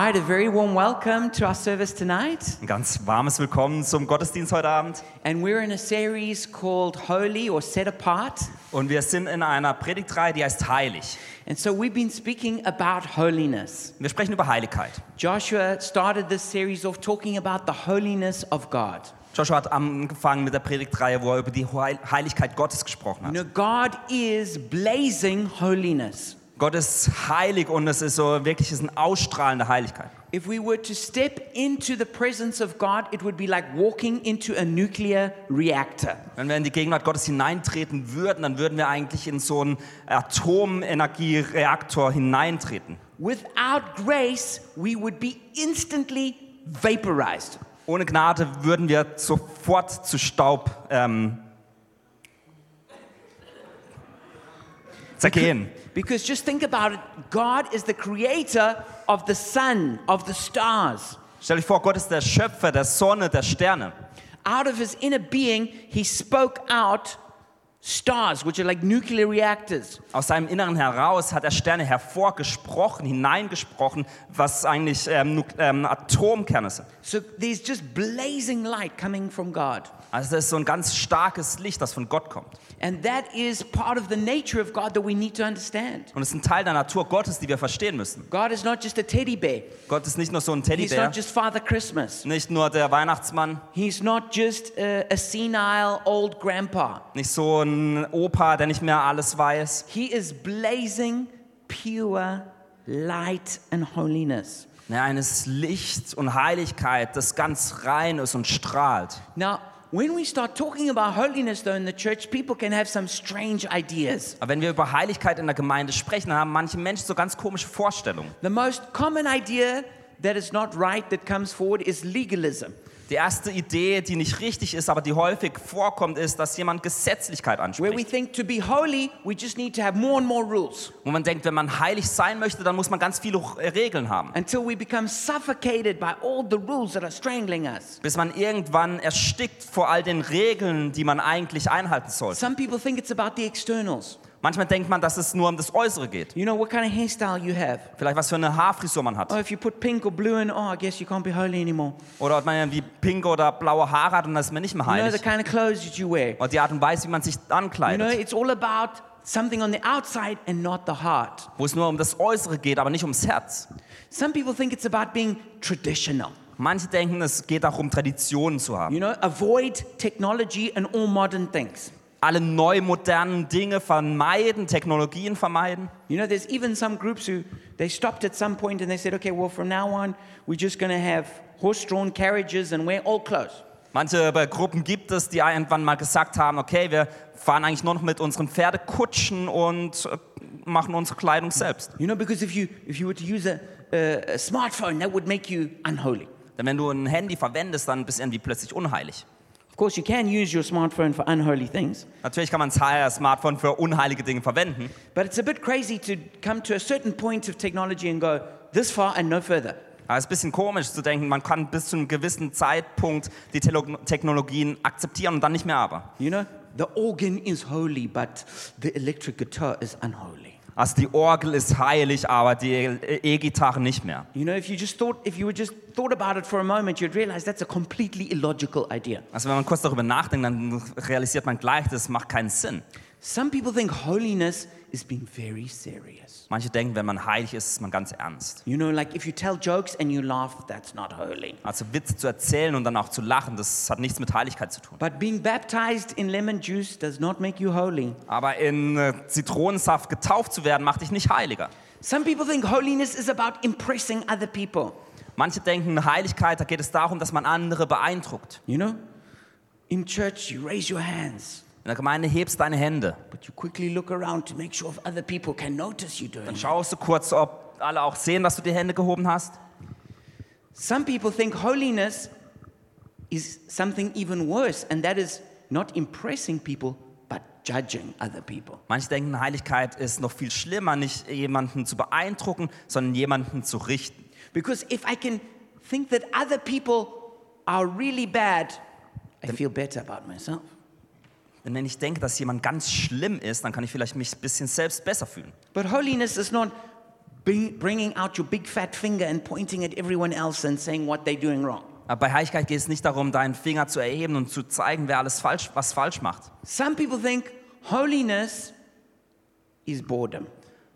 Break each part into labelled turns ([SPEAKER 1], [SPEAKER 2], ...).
[SPEAKER 1] All right, a very warm welcome to our service tonight.
[SPEAKER 2] Ein ganz warmes Willkommen zum Gottesdienst heute Abend.
[SPEAKER 1] And we're in a series called Holy or Set Apart.
[SPEAKER 2] Und wir sind in einer Predigtreihe, die heißt Heilig.
[SPEAKER 1] And so we've been speaking about holiness.
[SPEAKER 2] Wir sprechen über Heiligkeit.
[SPEAKER 1] Joshua started this series off talking about the holiness of God.
[SPEAKER 2] Joshua hat angefangen mit der Predigtreihe, wo er über die Heil- Heiligkeit Gottes gesprochen
[SPEAKER 1] You
[SPEAKER 2] hat.
[SPEAKER 1] know, God is blazing holiness.
[SPEAKER 2] Gott ist heilig und es ist so wirklich es ist ein Ausstrahlen der Heiligkeit.
[SPEAKER 1] If we were to step into the presence of God, it would be like walking into a nuclear reactor.
[SPEAKER 2] Wenn wir in die Gegenwart Gottes hineintreten würden, dann würden wir eigentlich in so einen Atomenergiereaktor hineintreten.
[SPEAKER 1] Without grace, we would be instantly vaporized.
[SPEAKER 2] Ohne Gnade würden wir sofort zu Staub ähm, zergehen.
[SPEAKER 1] Because just think about it God is the creator of the sun, of the stars.
[SPEAKER 2] Stell dich vor, Gott ist der Schöpfer der Sonne, der Sterne.
[SPEAKER 1] Out of his inner being, he spoke out stars, which are like nuclear reactors.
[SPEAKER 2] Aus seinem Inneren heraus hat er Sterne hervorgesprochen, hineingesprochen, was eigentlich ähm, Nuk- ähm, Atomkerne sind.
[SPEAKER 1] So there's just blazing light coming from God.
[SPEAKER 2] Also das ist so ein ganz starkes Licht, das von Gott kommt.
[SPEAKER 1] And that is part of the nature of God that we need to understand.
[SPEAKER 2] Und es ist ein Teil der Natur Gottes, die wir verstehen müssen.
[SPEAKER 1] God is not just a teddy bear.
[SPEAKER 2] Gott ist nicht nur so ein
[SPEAKER 1] He's
[SPEAKER 2] Teddybär,
[SPEAKER 1] not just Father Christmas.
[SPEAKER 2] nicht nur der Weihnachtsmann,
[SPEAKER 1] He's not just a, a senile old grandpa.
[SPEAKER 2] nicht so ein Opa, der nicht mehr alles weiß.
[SPEAKER 1] He is blazing pure light and holiness.
[SPEAKER 2] Nein, es ist Licht ne, und Heiligkeit, das ganz rein ist und strahlt.
[SPEAKER 1] Now, when we start talking about holiness, though, in the church, people can have some strange ideas.
[SPEAKER 2] Aber wenn wir über Heiligkeit in der Gemeinde sprechen, dann haben manche Menschen so ganz komische Vorstellungen.
[SPEAKER 1] The most common idea that is not right that comes forward is legalism.
[SPEAKER 2] Die erste Idee, die nicht richtig ist, aber die häufig vorkommt, ist, dass jemand Gesetzlichkeit
[SPEAKER 1] Where we
[SPEAKER 2] anspricht.
[SPEAKER 1] think to be holy, we just need to have more and more rules
[SPEAKER 2] Wo man denkt, wenn man heilig sein möchte, dann muss man ganz viele äh, Regeln haben.
[SPEAKER 1] until we become suffocated by all the rules that are strangling us.
[SPEAKER 2] Bis man irgendwann erstickt vor all den Regeln, die man eigentlich einhalten sollte.
[SPEAKER 1] Some people think it's about the externals.
[SPEAKER 2] Manchmal denkt man, dass es nur um das Äußere geht.
[SPEAKER 1] You know, what kind of hairstyle you have.
[SPEAKER 2] Vielleicht was für eine Haarfrisur man
[SPEAKER 1] Oh,
[SPEAKER 2] hat.
[SPEAKER 1] if you put pink or blue in, oh, I guess you can't be holy anymore.
[SPEAKER 2] Oder ob man irgendwie pinke oder blaue Haare hat und dann ist man nicht mehr
[SPEAKER 1] You know, the
[SPEAKER 2] heilig.
[SPEAKER 1] kind of clothes that you wear.
[SPEAKER 2] Oder die Art und Weise, wie man sich
[SPEAKER 1] You know,
[SPEAKER 2] ankleidet.
[SPEAKER 1] it's all about something on the outside and not the heart.
[SPEAKER 2] Wo es nur um das Äußere geht, aber nicht ums Herz.
[SPEAKER 1] Some people think it's about being traditional.
[SPEAKER 2] Manche denken, es geht darum, Traditionen zu haben.
[SPEAKER 1] You know, avoid technology and all modern things.
[SPEAKER 2] alle neu modernen Dinge vermeiden, Technologien vermeiden.
[SPEAKER 1] You know, there's even some groups who they stopped at some point and they said, okay, well, from now on, we're just going to have horse drawn carriages and wear old clothes.
[SPEAKER 2] Manche bei Gruppen gibt es, die irgendwann mal gesagt haben, okay, wir fahren eigentlich nur noch mit unseren Pferdekutschen und äh, machen unsere Kleidung selbst.
[SPEAKER 1] You know, because if you, if you were to use a, a, a smartphone, that would make you unholy.
[SPEAKER 2] Denn wenn du ein Handy verwendest, dann bist du irgendwie plötzlich unheilig.
[SPEAKER 1] Of course, you can use your smartphone for unholy things,
[SPEAKER 2] Natürlich kann man das Smartphone für unheilige Dinge verwenden,
[SPEAKER 1] but it's a bit crazy to come to a certain point of technology and go this far and no further.
[SPEAKER 2] aber es ist ein bisschen komisch zu denken, man kann bis zu einem gewissen Zeitpunkt die Telo- Technologien akzeptieren und dann nicht mehr aber.
[SPEAKER 1] You know, the organ is holy, but the electric guitar is unholy.
[SPEAKER 2] Also die Orgel ist heilig, aber die E-Gitarre nicht mehr.
[SPEAKER 1] You know, if you just thought, if you were just thought about it for a moment, you'd realize that's a completely illogical idea.
[SPEAKER 2] Also wenn man kurz darüber nachdenkt, dann realisiert man gleich, das macht keinen Sinn.
[SPEAKER 1] Some people think holiness is being very serious.
[SPEAKER 2] Manche denken, wenn man heilig ist, ist man ganz ernst.
[SPEAKER 1] You know, like if you tell jokes and you laugh, that's not holy.
[SPEAKER 2] Also Witze zu erzählen und dann auch zu lachen, das hat nichts mit Heiligkeit zu tun.
[SPEAKER 1] But being baptized in lemon juice does not make you holy.
[SPEAKER 2] Aber in äh, Zitronensaft getauft zu werden, macht dich nicht heiliger.
[SPEAKER 1] Some people think holiness is about impressing other people.
[SPEAKER 2] Manche denken, Heiligkeit, da geht es darum, dass man andere beeindruckt.
[SPEAKER 1] You know, in church, you raise your hands,
[SPEAKER 2] In der Gemeinde hebst deine Hände.
[SPEAKER 1] but you quickly look around to make sure if other people can notice you doing
[SPEAKER 2] Dann
[SPEAKER 1] it.
[SPEAKER 2] schaust du kurz, ob alle auch sehen, dass du die Hände gehoben hast.
[SPEAKER 1] Some people think holiness is something even worse, and that is not impressing people, but judging other people.
[SPEAKER 2] Manche denken, Heiligkeit ist noch viel schlimmer, nicht jemanden zu beeindrucken, sondern jemanden zu richten.
[SPEAKER 1] Because if I can think that other people are really bad, I feel better about myself.
[SPEAKER 2] Denn wenn ich denke, dass jemand ganz schlimm ist, dann kann ich vielleicht mich ein bisschen selbst besser fühlen.
[SPEAKER 1] But holiness is not bring, bringing out your big fat finger and pointing at everyone else and saying what they're doing wrong.
[SPEAKER 2] Aber bei Heiligkeit geht es nicht darum, deinen Finger zu erheben und zu zeigen, wer alles falsch, was falsch macht.
[SPEAKER 1] Some people think holiness is boredom,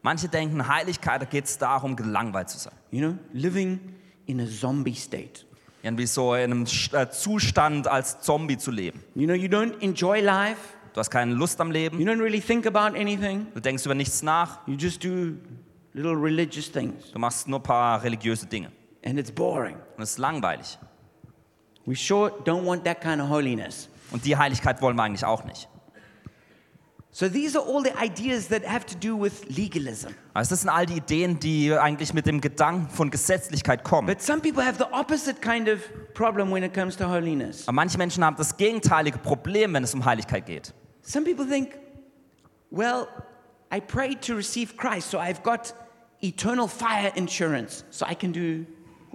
[SPEAKER 2] Manche denken, Heiligkeit, da geht es darum, gelangweilt zu sein.
[SPEAKER 1] you know, living in a zombie state.
[SPEAKER 2] Irgendwie so in einem Sch- äh, Zustand als Zombie zu leben.
[SPEAKER 1] You know, you don't enjoy life,
[SPEAKER 2] Du hast keine Lust am
[SPEAKER 1] you
[SPEAKER 2] Leben,
[SPEAKER 1] don't really think about anything,
[SPEAKER 2] du denkst über nichts nach,
[SPEAKER 1] you just do little religious things,
[SPEAKER 2] du machst nur ein paar religiöse Dinge.
[SPEAKER 1] and it's boring.
[SPEAKER 2] Und es ist langweilig.
[SPEAKER 1] We sure don't want that kind of holiness.
[SPEAKER 2] Und die Heiligkeit wollen wir eigentlich auch nicht.
[SPEAKER 1] So these are all the ideas that have to do with legalism.
[SPEAKER 2] Also das sind all die Ideen, die eigentlich mit dem Gedanken von Gesetzlichkeit kommen.
[SPEAKER 1] But some people have the opposite kind of problem when it comes to holiness.
[SPEAKER 2] Aber manche Menschen haben das gegenteilige Problem, wenn es um Heiligkeit geht.
[SPEAKER 1] Some people think, well, I prayed to receive Christ, so I've got eternal fire insurance, so I can do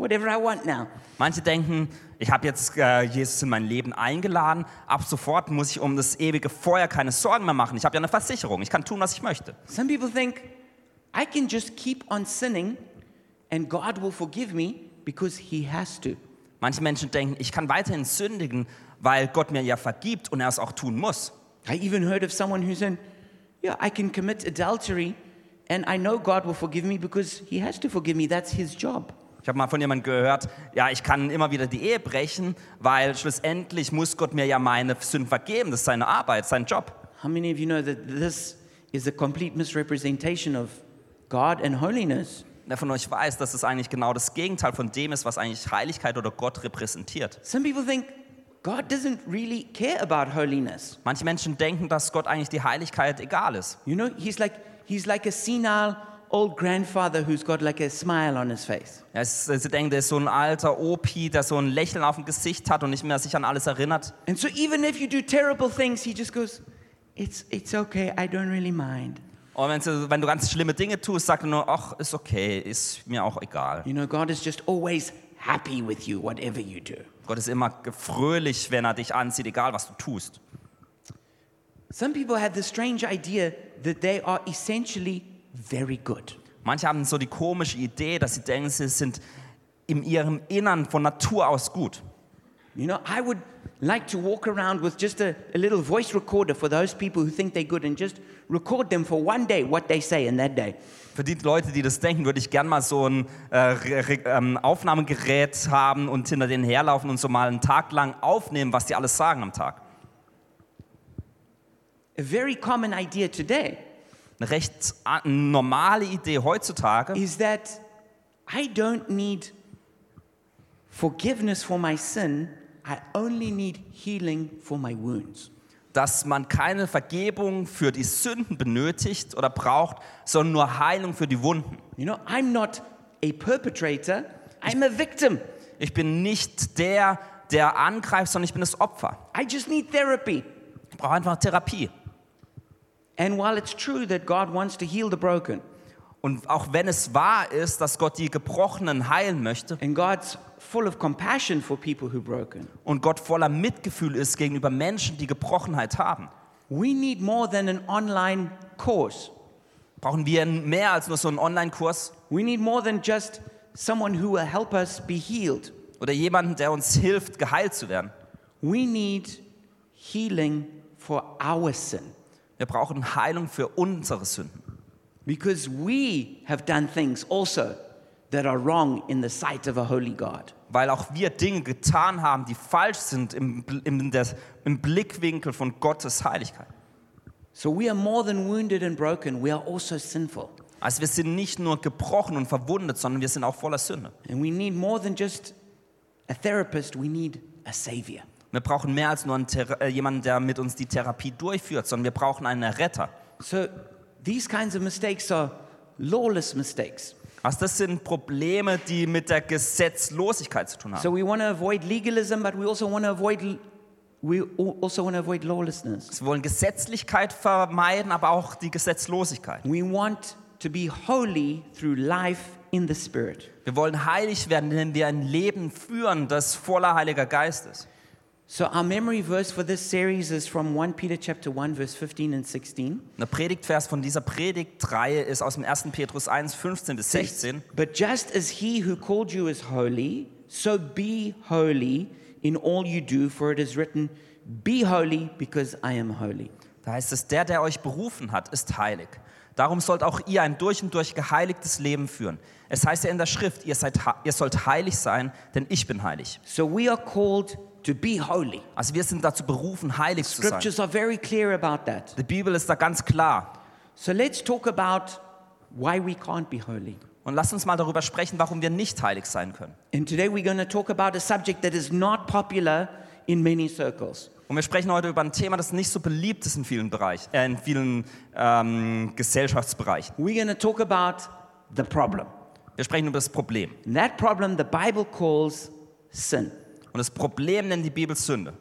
[SPEAKER 1] whatever I want now.
[SPEAKER 2] Manche denken, ich habe jetzt äh, Jesus in mein Leben eingeladen, ab sofort muss ich um das ewige Feuer keine Sorgen mehr machen. Ich habe ja eine Versicherung, ich kann tun, was ich möchte.
[SPEAKER 1] Some people think, I can just keep on sinning and God will forgive me because He has to.
[SPEAKER 2] Manche Menschen denken, ich kann weiterhin sündigen, weil Gott mir ja vergibt und er es auch tun muss.
[SPEAKER 1] I even heard of someone who said, Yeah, I can commit adultery and I know God will forgive me because He has to forgive me. That's His job.
[SPEAKER 2] Ich habe mal von jemandem gehört, ja, ich kann immer wieder die Ehe brechen, weil schlussendlich muss Gott mir ja meine Sünden vergeben. Das ist seine Arbeit, sein Job.
[SPEAKER 1] How many of you know that this is a complete misrepresentation of God and holiness?
[SPEAKER 2] Wer von euch weiß, dass es eigentlich genau das Gegenteil von dem ist, was eigentlich Heiligkeit oder Gott repräsentiert.
[SPEAKER 1] Some people think God doesn't really care about holiness.
[SPEAKER 2] Manche Menschen denken, dass Gott eigentlich die Heiligkeit egal ist.
[SPEAKER 1] You know, he's like he's like a senile old grandfather who's got like a smile on his face.
[SPEAKER 2] Ja, es, sie denken, der ist so ein alter Opi, der so ein Lächeln auf dem Gesicht hat und nicht mehr sich an alles erinnert.
[SPEAKER 1] And so even if you do terrible things, he just goes, "It's it's okay. I don't really mind."
[SPEAKER 2] Und wenn, sie, wenn du ganz schlimme Dinge tust, sagt er nur, ach, ist okay, ist mir auch egal.
[SPEAKER 1] You know, God is just always happy with you whatever you do.
[SPEAKER 2] Gott ist immer ge- fröhlich, wenn er dich anzieht, egal was du tust.
[SPEAKER 1] Some people have the strange idea that they are essentially very good.
[SPEAKER 2] Manche haben so die komische Idee, dass sie denken, sie sind in ihrem Innern von Natur aus gut.
[SPEAKER 1] You know, I would like to walk around with just a, a little voice recorder for those people who think they're good and just record them for one day what they say in that day.
[SPEAKER 2] Für die Leute, die das denken, würde ich gern mal so ein äh, Re- Re- ähm, Aufnahmegerät haben und hinter denen herlaufen und so mal einen Tag lang aufnehmen, was die alles sagen am Tag.
[SPEAKER 1] A very common idea today
[SPEAKER 2] Eine recht a- normale Idee heutzutage
[SPEAKER 1] is that I don't need forgiveness for my sin, I only need healing for my wounds.
[SPEAKER 2] dass man keine Vergebung für die Sünden benötigt oder braucht, sondern nur Heilung für die Wunden.
[SPEAKER 1] You know, I'm not a perpetrator, I'm a victim.
[SPEAKER 2] Ich bin nicht der, der angreift, sondern ich bin das Opfer.
[SPEAKER 1] I just need therapy.
[SPEAKER 2] Ich brauche einfach Therapie.
[SPEAKER 1] And while it's true that God wants to heal the broken,
[SPEAKER 2] Und auch wenn es wahr ist, dass Gott die Gebrochenen heilen möchte
[SPEAKER 1] and God's full of compassion for people who are broken,
[SPEAKER 2] und Gott voller Mitgefühl ist gegenüber Menschen, die Gebrochenheit haben,
[SPEAKER 1] We need more than an online course.
[SPEAKER 2] brauchen wir mehr als nur so einen Online-Kurs
[SPEAKER 1] We need more than just someone who will help us be healed.
[SPEAKER 2] oder jemanden, der uns hilft, geheilt zu werden.
[SPEAKER 1] We need healing for our sin
[SPEAKER 2] Wir brauchen Heilung für unsere Sünden.
[SPEAKER 1] because we have done things also that are wrong in the sight of a holy God.
[SPEAKER 2] weil auch wir Dinge getan haben, die falsch sind im, Bl- im, der, im Blickwinkel von Gottes Heiligkeit.
[SPEAKER 1] So we are more than wounded and broken, we are also sinful.
[SPEAKER 2] Also wir sind nicht nur gebrochen und verwundet, sondern wir sind auch voller Sünde.
[SPEAKER 1] And we need more than just a therapist, we need a savior.
[SPEAKER 2] Wir brauchen mehr als nur einen Thera- äh, jemanden, der mit uns die Therapie durchführt, sondern wir brauchen einen Retter.
[SPEAKER 1] So these kinds of mistakes are lawless mistakes.
[SPEAKER 2] Also das sind Probleme, die mit der Gesetzlosigkeit zu tun haben.
[SPEAKER 1] So we want to avoid legalism, but we also want to avoid we al- also want to avoid lawlessness.
[SPEAKER 2] Wir wollen Gesetzlichkeit vermeiden, aber auch die Gesetzlosigkeit.
[SPEAKER 1] We want to be holy through life in the Spirit.
[SPEAKER 2] Wir wollen heilig werden, indem wir ein Leben führen, das voller Heiliger Geist ist.
[SPEAKER 1] So our memory verse for this series is from 1 Peter chapter 1 verse 15 and 16.
[SPEAKER 2] Der Predigtvers von dieser Predigtreihe ist aus dem 1. Petrus 1, 15 bis 16.
[SPEAKER 1] But just as he who called you is holy, so be holy in all you do, for it is written, Be holy because I am holy.
[SPEAKER 2] Da heißt es, der, der euch berufen hat, ist heilig. Darum sollt auch ihr ein durch und durch geheiligtes Leben führen. Es heißt ja in der Schrift, ihr, seid, he- ihr sollt heilig sein, denn ich bin heilig.
[SPEAKER 1] So we are called to be holy.
[SPEAKER 2] Also wir sind dazu berufen, heilig zu sein.
[SPEAKER 1] Scriptures are very clear about that.
[SPEAKER 2] Die Bibel ist da ganz klar.
[SPEAKER 1] So let's talk about why we can't be holy.
[SPEAKER 2] Und lasst uns mal darüber sprechen, warum wir nicht heilig sein können.
[SPEAKER 1] And today we're going to talk about a subject that is not popular in many circles.
[SPEAKER 2] Und wir sprechen heute über ein Thema, das nicht so beliebt ist in vielen Bereichen, äh, in vielen ähm, Gesellschaftsbereichen.
[SPEAKER 1] We're going to talk about the problem.
[SPEAKER 2] Wir sprechen über das Problem.
[SPEAKER 1] And that problem the Bible calls sin.
[SPEAKER 2] Und das Problem nennt die Bibel Sünde.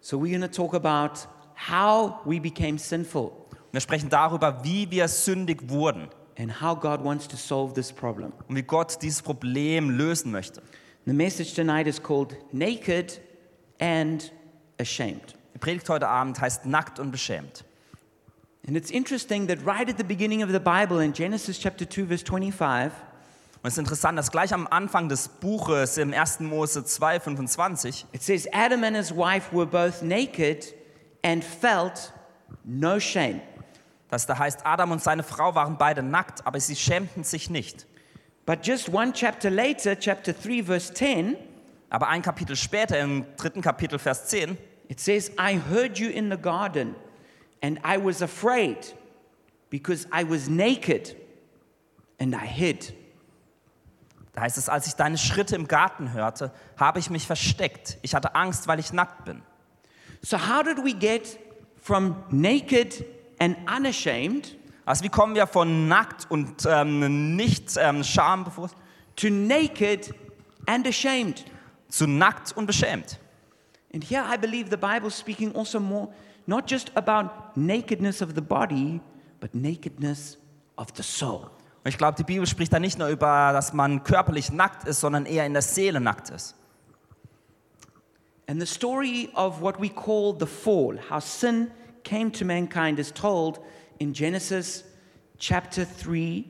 [SPEAKER 1] So we're going to talk about how we became sinful
[SPEAKER 2] Und wir sprechen darüber, wie wir sündig wurden
[SPEAKER 1] and how God wants to solve this problem.
[SPEAKER 2] und wie Gott dieses Problem lösen möchte.
[SPEAKER 1] The message tonight is called Naked and Ashamed.
[SPEAKER 2] Die Predigt heute Abend heißt Nackt und beschämt.
[SPEAKER 1] And it's interesting that right at the beginning of the Bible in Genesis chapter 2 verse 25,
[SPEAKER 2] Und es ist interessant, dass gleich am Anfang des Buches im 1. Mose 2, 25
[SPEAKER 1] it says Adam and his wife were both naked and felt no shame.
[SPEAKER 2] dass da heißt, Adam und seine Frau waren beide nackt, aber sie schämten sich nicht.
[SPEAKER 1] But just one chapter later, chapter 3 verse 10,
[SPEAKER 2] Aber ein Kapitel später, im dritten Kapitel, Vers 10,
[SPEAKER 1] It says, I heard you in the garden, and I was afraid because I was naked and I hid.
[SPEAKER 2] da heißt es, als ich deine Schritte im Garten hörte, habe ich mich versteckt. Ich hatte Angst, weil ich nackt bin.
[SPEAKER 1] So, how did we get from naked and unashamed
[SPEAKER 2] Also wie kommen wir von nackt und ähm, nicht ähm, schambewusst
[SPEAKER 1] to naked and ashamed?
[SPEAKER 2] zu nackt und beschämt?
[SPEAKER 1] And here I believe the Bible's speaking also more, not just about nakedness of the body, but nakedness of the soul.
[SPEAKER 2] Und ich glaube, die Bibel spricht da nicht nur über, dass man körperlich nackt ist, sondern eher in der Seele nackt ist.
[SPEAKER 1] And the story of what we call the fall, how sin came to mankind, is told in Genesis chapter 3,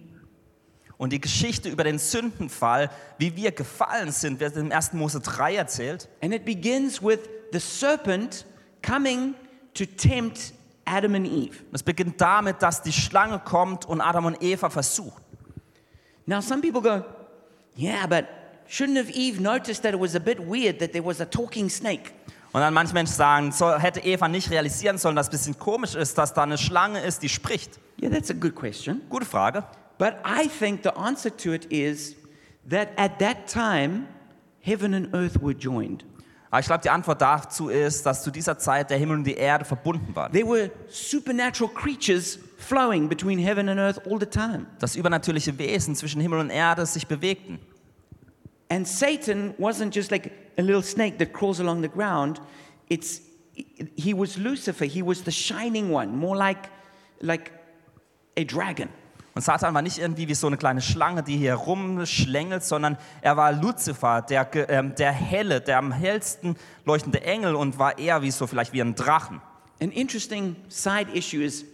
[SPEAKER 2] Und die Geschichte über den Sündenfall, wie wir gefallen sind, wird im 1. Mose 3 erzählt.
[SPEAKER 1] and it begins with the serpent coming to tempt Adam and Eve.
[SPEAKER 2] Und es beginnt damit, dass die Schlange kommt und Adam und Eva versucht.
[SPEAKER 1] Now, some people go, yeah, but shouldn't have Eve noticed that it was a bit weird that there was a talking snake?
[SPEAKER 2] Und dann manche Menschen sagen, so, hätte Eva nicht realisieren sollen, dass es ein bisschen komisch ist, dass da eine Schlange ist, die spricht.
[SPEAKER 1] Yeah, that's a good question.
[SPEAKER 2] Gute Frage.
[SPEAKER 1] But I think the answer to it is that at that time, heaven and earth were joined.
[SPEAKER 2] Aber ich glaube, die Antwort dazu ist, dass zu dieser Zeit der Himmel und die Erde verbunden waren.
[SPEAKER 1] There were supernatural creatures flowing between heaven and earth all the time.
[SPEAKER 2] Dass übernatürliche Wesen zwischen Himmel und Erde sich bewegten.
[SPEAKER 1] And Satan wasn't just like a little snake that crawls along the ground. It's he was Lucifer, he was the shining one, more like like a dragon.
[SPEAKER 2] Und Satan war nicht irgendwie wie so eine kleine Schlange, die hier rumschlängelt, sondern er war Luzifer, der, ge- ähm, der helle, der am hellsten leuchtende Engel und war eher wie so vielleicht wie ein Drachen.
[SPEAKER 1] An interesting side issue is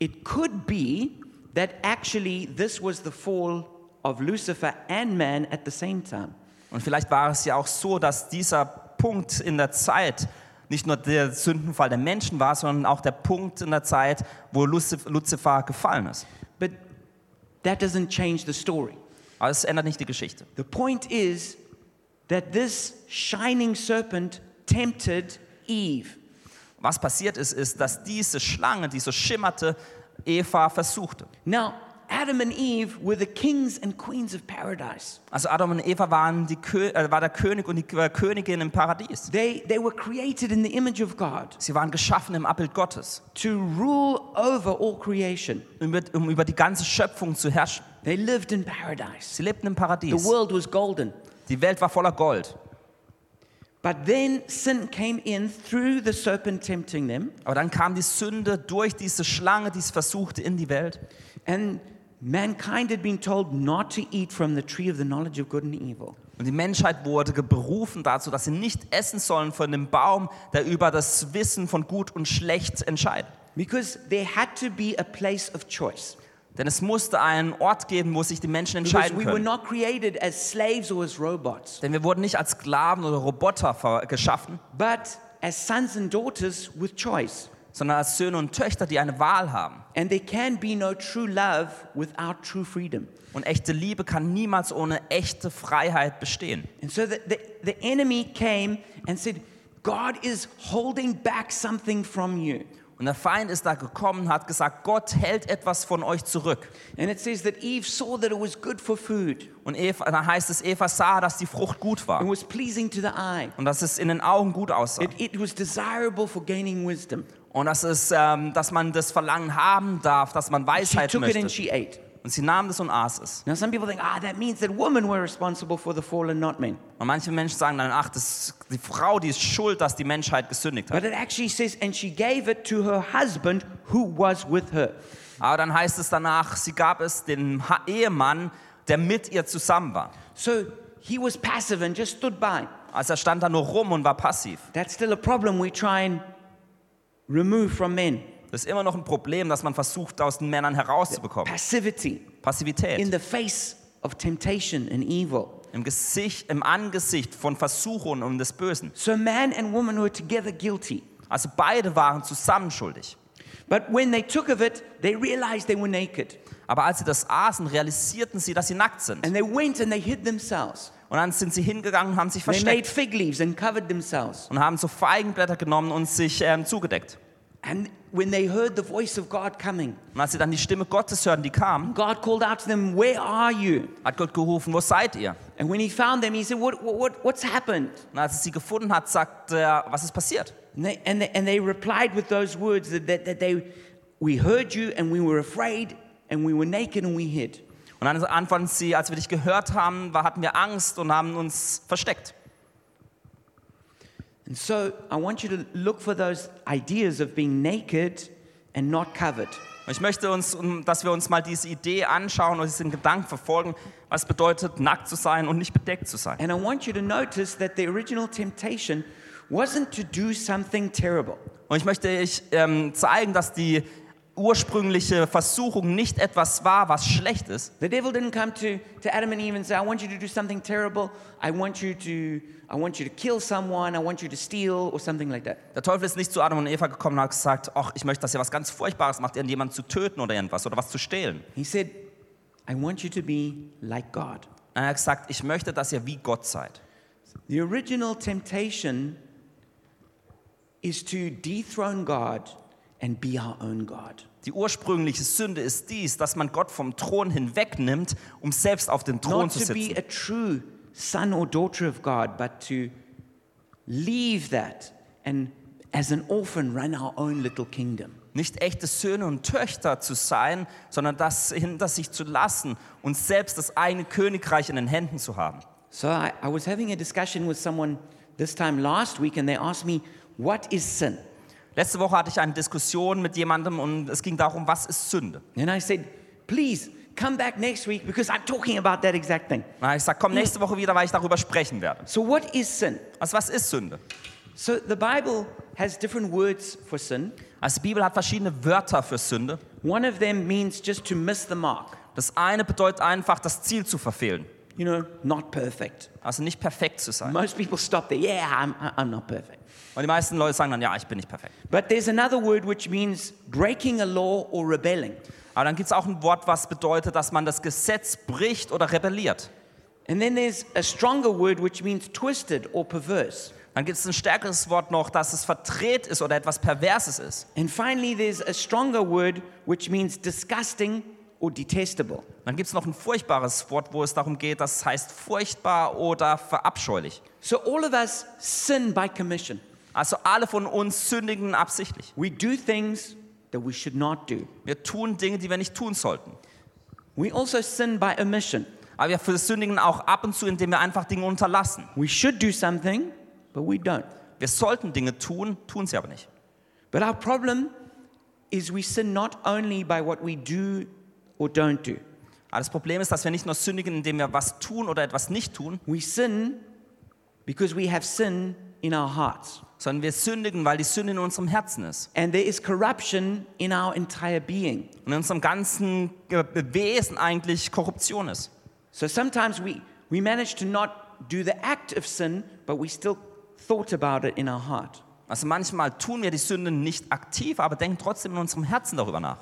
[SPEAKER 1] it could be that actually this was the fall of Lucifer and man at the same time.
[SPEAKER 2] Und vielleicht war es ja auch so, dass dieser Punkt in der Zeit nicht nur der Sündenfall der Menschen war, sondern auch der Punkt in der Zeit, wo Luzif- Luzifer gefallen ist.
[SPEAKER 1] But that doesn't change the story.
[SPEAKER 2] Aber es ändert nicht die Geschichte.
[SPEAKER 1] The point is that this shining serpent tempted Eve.
[SPEAKER 2] Was passiert ist, ist, dass diese Schlange, die so schimmerte, Eva versuchte.
[SPEAKER 1] Now, Adam and Eve were the kings and queens of paradise.
[SPEAKER 2] Also Adam und Eva waren die Kö äh, war der König und die K- äh, Königin im Paradies.
[SPEAKER 1] They, they were created in the image of God
[SPEAKER 2] Sie waren geschaffen im Abbild Gottes,
[SPEAKER 1] to rule over all creation.
[SPEAKER 2] um über, um über die ganze Schöpfung zu herrschen.
[SPEAKER 1] They lived in paradise.
[SPEAKER 2] Sie lebten im
[SPEAKER 1] The
[SPEAKER 2] Paradies.
[SPEAKER 1] world was golden.
[SPEAKER 2] Die Welt war voller Gold.
[SPEAKER 1] But then sin came in through the serpent tempting them,
[SPEAKER 2] Aber dann kam die Sünde durch diese Schlange, die es versuchte, in die Welt.
[SPEAKER 1] and mankind had been told not to eat from the tree of the knowledge of good and evil.
[SPEAKER 2] Und die Menschheit wurde ge- berufen dazu, dass sie nicht essen sollen von dem Baum, der über das Wissen von Gut und Schlecht entscheidet.
[SPEAKER 1] Because there had to be a place of choice.
[SPEAKER 2] Denn es musste einen Ort geben, wo sich die Menschen
[SPEAKER 1] Because
[SPEAKER 2] entscheiden
[SPEAKER 1] we were
[SPEAKER 2] können.
[SPEAKER 1] not created as slaves or as robots,
[SPEAKER 2] Denn wir wurden nicht als Sklaven oder Roboter ver- geschaffen,
[SPEAKER 1] but as sons and daughters with choice.
[SPEAKER 2] sondern als Söhne und Töchter, die eine Wahl haben.
[SPEAKER 1] And there can be no true love without true freedom.
[SPEAKER 2] Und echte Liebe kann niemals ohne echte Freiheit bestehen.
[SPEAKER 1] And so the, the, the enemy came and said, God is holding back something from you.
[SPEAKER 2] Und der Feind ist da gekommen, hat gesagt, Gott hält etwas von euch zurück.
[SPEAKER 1] And it says that Eve saw that it was good for food
[SPEAKER 2] Und Eva, da heißt es, Eva sah, dass die Frucht gut war
[SPEAKER 1] and was pleasing to the eye.
[SPEAKER 2] und dass es in den Augen gut aussah
[SPEAKER 1] It, it was desirable for gaining wisdom.
[SPEAKER 2] und dass, es, ähm, dass man das Verlangen haben darf, dass man
[SPEAKER 1] She
[SPEAKER 2] Weisheit
[SPEAKER 1] took it and
[SPEAKER 2] möchte.
[SPEAKER 1] she ate.
[SPEAKER 2] Und sie nahm das und aß es.
[SPEAKER 1] Now, some people think, ah, that means that women were responsible for the fall and not men.
[SPEAKER 2] Und manche Menschen sagen dann, ach, das ist die Frau, die ist schuld, dass die Menschheit gesündigt hat.
[SPEAKER 1] But it actually says, and she gave it to her husband who was with her.
[SPEAKER 2] Aber dann heißt es danach, sie gab es dem ha Ehemann, der mit ihr zusammen war.
[SPEAKER 1] So he was passive and just stood by.
[SPEAKER 2] Also er stand da nur rum und war passiv.
[SPEAKER 1] That's still a problem we try and remove from men
[SPEAKER 2] Das ist immer noch ein Problem, das man versucht, aus den Männern herauszubekommen.
[SPEAKER 1] passivity in
[SPEAKER 2] Passivität.
[SPEAKER 1] the face of temptation and evil.
[SPEAKER 2] Im Gesicht, im Angesicht von Versuchungen und des Bösen.
[SPEAKER 1] So man and woman were together guilty.
[SPEAKER 2] Also beide waren zusammen schuldig.
[SPEAKER 1] But when they took of it, they realized they were naked.
[SPEAKER 2] Aber als sie das aßen, realisierten sie, dass sie nackt sind.
[SPEAKER 1] And they went and they hid themselves.
[SPEAKER 2] Und dann sind sie hingegangen und haben sich
[SPEAKER 1] They made
[SPEAKER 2] versteckt
[SPEAKER 1] fig leaves and covered themselves.
[SPEAKER 2] und haben so Feigenblätter genommen und sich ähm, zugedeckt.
[SPEAKER 1] And when they heard the voice of God coming,
[SPEAKER 2] Und als sie dann die Stimme Gottes hörten, die kam,
[SPEAKER 1] God called out to them, Where are you?
[SPEAKER 2] hat Gott gerufen, wo seid ihr?
[SPEAKER 1] And when he found them, he said, What, what, what, What's happened?
[SPEAKER 2] Und als er sie gefunden hat, sagt er, was ist passiert?
[SPEAKER 1] And they, and they, and they replied with those words that, that, that they, We heard you and we were afraid and we were naked and we hid.
[SPEAKER 2] Und dann antworten sie, als wir dich gehört haben, war- hatten wir Angst und haben uns versteckt.
[SPEAKER 1] And so I want you to look for those ideas of being naked and not covered.
[SPEAKER 2] Und ich möchte uns, um, dass wir uns mal diese Idee anschauen und diesen Gedanken verfolgen, was bedeutet, nackt zu sein und nicht bedeckt zu sein.
[SPEAKER 1] And I want you to notice that the original temptation wasn't to do something terrible.
[SPEAKER 2] Und ich möchte euch ähm, zeigen, dass die ursprüngliche Versuchung nicht etwas war, was schlecht ist.
[SPEAKER 1] The devil didn't come to, to Adam and Eve and say, I want you to do something terrible. I want you to I want you to kill someone, I want you to steal, or something like that.
[SPEAKER 2] Der Teufel ist nicht zu Adam und Eva gekommen und hat gesagt, ach, ich möchte, dass ihr was ganz Furchtbares macht, irgendjemanden zu töten oder irgendwas oder was zu stehlen.
[SPEAKER 1] He said, I want you to be like God.
[SPEAKER 2] Und er hat gesagt, ich möchte, dass ihr wie Gott seid.
[SPEAKER 1] The original temptation is to dethrone God and be our own God.
[SPEAKER 2] Die ursprüngliche Sünde ist dies, dass man Gott vom Thron hinwegnimmt, um selbst auf dem Thron
[SPEAKER 1] Not
[SPEAKER 2] zu
[SPEAKER 1] to be
[SPEAKER 2] sitzen.
[SPEAKER 1] a true son or daughter of God, but to leave that and as an orphan run our own little kingdom.
[SPEAKER 2] Nicht echte Söhne und Töchter zu sein, sondern das hinter sich zu lassen und selbst das eigene Königreich in den Händen zu haben.
[SPEAKER 1] So I, I was having a discussion with someone this time last week, and they asked me, What is sin?
[SPEAKER 2] Letzte Woche hatte ich eine Diskussion mit jemandem und es ging darum, was ist Sünde.
[SPEAKER 1] And I said, Please come back next week because I'm talking about that exact thing.
[SPEAKER 2] Und dann habe ich gesagt, komm nächste Woche wieder, weil ich darüber sprechen werde.
[SPEAKER 1] So, what is sin?
[SPEAKER 2] Also was ist Sünde?
[SPEAKER 1] So, the Bible has different words for sin.
[SPEAKER 2] Also die Bibel hat verschiedene Wörter für Sünde.
[SPEAKER 1] One of them means just to miss the mark,
[SPEAKER 2] Das eine bedeutet einfach, das Ziel zu verfehlen.
[SPEAKER 1] you know, not perfect.
[SPEAKER 2] Also nicht perfekt zu sein.
[SPEAKER 1] Most people stop there. Yeah, I'm, I- I'm not perfect.
[SPEAKER 2] Und die meisten Leute sagen dann, ja, ich bin nicht perfekt.
[SPEAKER 1] But there's another word which means breaking a law or rebelling.
[SPEAKER 2] Aber dann gibt es auch ein Wort, was bedeutet, dass man das Gesetz bricht oder rebelliert.
[SPEAKER 1] And then there's a stronger word which means twisted or perverse.
[SPEAKER 2] Dann gibt es ein stärkeres Wort noch, dass es verdreht ist oder etwas Perverses ist.
[SPEAKER 1] And finally, there's a stronger word which means disgusting or detestable.
[SPEAKER 2] Dann gibt es noch ein furchtbares Wort, wo es darum geht, das heißt furchtbar oder verabscheulich.
[SPEAKER 1] So, all of us sin by commission.
[SPEAKER 2] Also alle von uns sündigen absichtlich.
[SPEAKER 1] We do things that we should not do.
[SPEAKER 2] Wir tun Dinge, die wir nicht tun sollten.
[SPEAKER 1] We also sin by omission.
[SPEAKER 2] Aber wir sündigen auch ab und zu, indem wir einfach Dinge unterlassen.
[SPEAKER 1] We should do something, but we don't.
[SPEAKER 2] Wir sollten Dinge tun, tun sie aber nicht.
[SPEAKER 1] But our problem is we sin not only by what we do or don't do,
[SPEAKER 2] Aber das Problem ist, dass wir nicht nur sündigen, indem wir was tun oder etwas nicht tun,
[SPEAKER 1] We sin because we have sin in our hearts.
[SPEAKER 2] sondern wir sündigen, weil die Sünde in unserem Herzen ist.
[SPEAKER 1] And there is corruption in our entire being.
[SPEAKER 2] Und in unserem ganzen Ge- Wesen eigentlich Korruption ist.
[SPEAKER 1] So sometimes we, we manage to not do the act of sin, but we still thought about it in our heart.
[SPEAKER 2] Also manchmal tun wir die Sünde nicht aktiv, aber denken trotzdem in unserem Herzen darüber nach.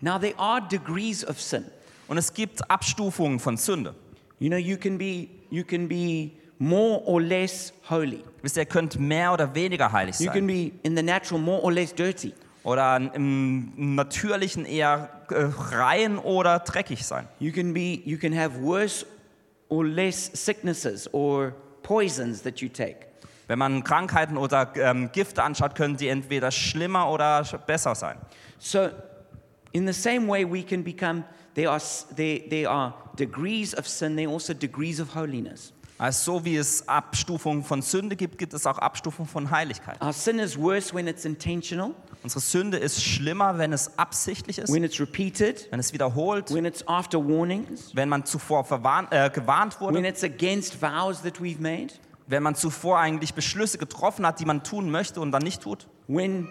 [SPEAKER 1] Now, there are degrees of sin.
[SPEAKER 2] Und es gibt Abstufungen von Sünde.
[SPEAKER 1] You know, you can be, you can be more or less holy.
[SPEAKER 2] Wisst ihr, ihr könnt mehr oder weniger heilig
[SPEAKER 1] You can
[SPEAKER 2] sein.
[SPEAKER 1] be, in the natural, more or less dirty.
[SPEAKER 2] Oder im Natürlichen eher äh, rein oder dreckig sein.
[SPEAKER 1] You can, be, you can have worse or less sicknesses or poisons that you take.
[SPEAKER 2] Wenn man Krankheiten oder ähm, Gifte anschaut, können die entweder schlimmer oder sch- besser sein.
[SPEAKER 1] So, in the same way, we can become, there are, s- there, there are degrees of sin, there are also degrees of holiness.
[SPEAKER 2] Also so wie es Abstufungen von Sünde gibt, gibt es auch Abstufungen von Heiligkeit.
[SPEAKER 1] Our sin is worse when it's intentional,
[SPEAKER 2] Unsere Sünde ist schlimmer, wenn es absichtlich ist,
[SPEAKER 1] when it's repeated,
[SPEAKER 2] wenn es wiederholt,
[SPEAKER 1] when it's after warnings,
[SPEAKER 2] wenn man zuvor verwarn, äh, gewarnt wurde,
[SPEAKER 1] when it's against vows that we've made,
[SPEAKER 2] wenn man zuvor eigentlich Beschlüsse getroffen hat, die man tun möchte und dann nicht tut.
[SPEAKER 1] when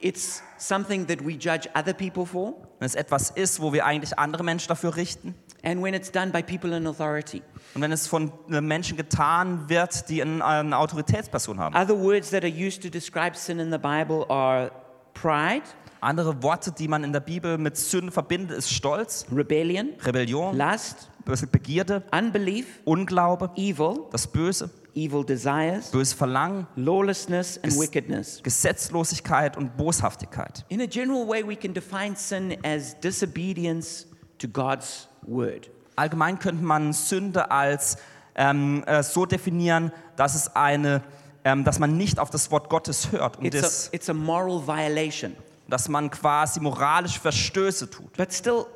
[SPEAKER 1] it's something that we judge other people for,
[SPEAKER 2] Wenn es etwas ist, wo wir eigentlich andere Menschen dafür richten.
[SPEAKER 1] and when it's done by people in authority.
[SPEAKER 2] Und wenn es von äh, Menschen getan wird, die in- eine Autoritätsperson haben.
[SPEAKER 1] Other words that are used to describe sin in the Bible are pride,
[SPEAKER 2] Andere Worte, die man in der Bibel mit Sünde verbindet, ist Stolz,
[SPEAKER 1] rebellion,
[SPEAKER 2] Rebellion,
[SPEAKER 1] lust,
[SPEAKER 2] Be- Begierde,
[SPEAKER 1] unbelief,
[SPEAKER 2] Unglaube,
[SPEAKER 1] evil,
[SPEAKER 2] das Böse,
[SPEAKER 1] evil desires,
[SPEAKER 2] böse Verlangen,
[SPEAKER 1] lawlessness, and
[SPEAKER 2] Ges-
[SPEAKER 1] wickedness.
[SPEAKER 2] Gesetzlosigkeit und Boshaftigkeit.
[SPEAKER 1] In a general way, we can define sin as disobedience to God's word.
[SPEAKER 2] Allgemein könnte man Sünde als ähm, äh, so definieren, dass es eine, ähm, dass man nicht auf das Wort Gottes hört und
[SPEAKER 1] It's
[SPEAKER 2] das,
[SPEAKER 1] a, it's a moral violation.
[SPEAKER 2] dass man quasi moralisch Verstöße tut.
[SPEAKER 1] But still,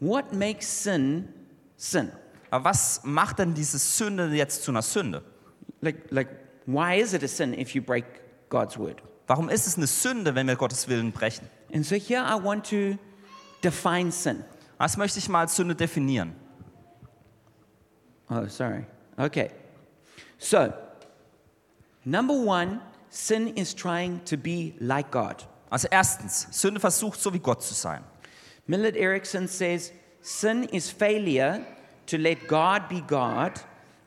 [SPEAKER 1] what makes sin sin?
[SPEAKER 2] Aber was macht denn diese Sünde jetzt zu einer Sünde?
[SPEAKER 1] Like, like, why is it a sin if you break God's word?
[SPEAKER 2] Warum ist es eine Sünde, wenn wir Gottes Willen brechen?
[SPEAKER 1] And so here I want to define sin.
[SPEAKER 2] Das möchte ich mal als Sünde definieren.
[SPEAKER 1] Oh, sorry. Okay. So, number one, sin is trying to be like God.
[SPEAKER 2] Also erstens, Sünde versucht so wie Gott zu sein.
[SPEAKER 1] Millet Erickson says sin is failure to let God be God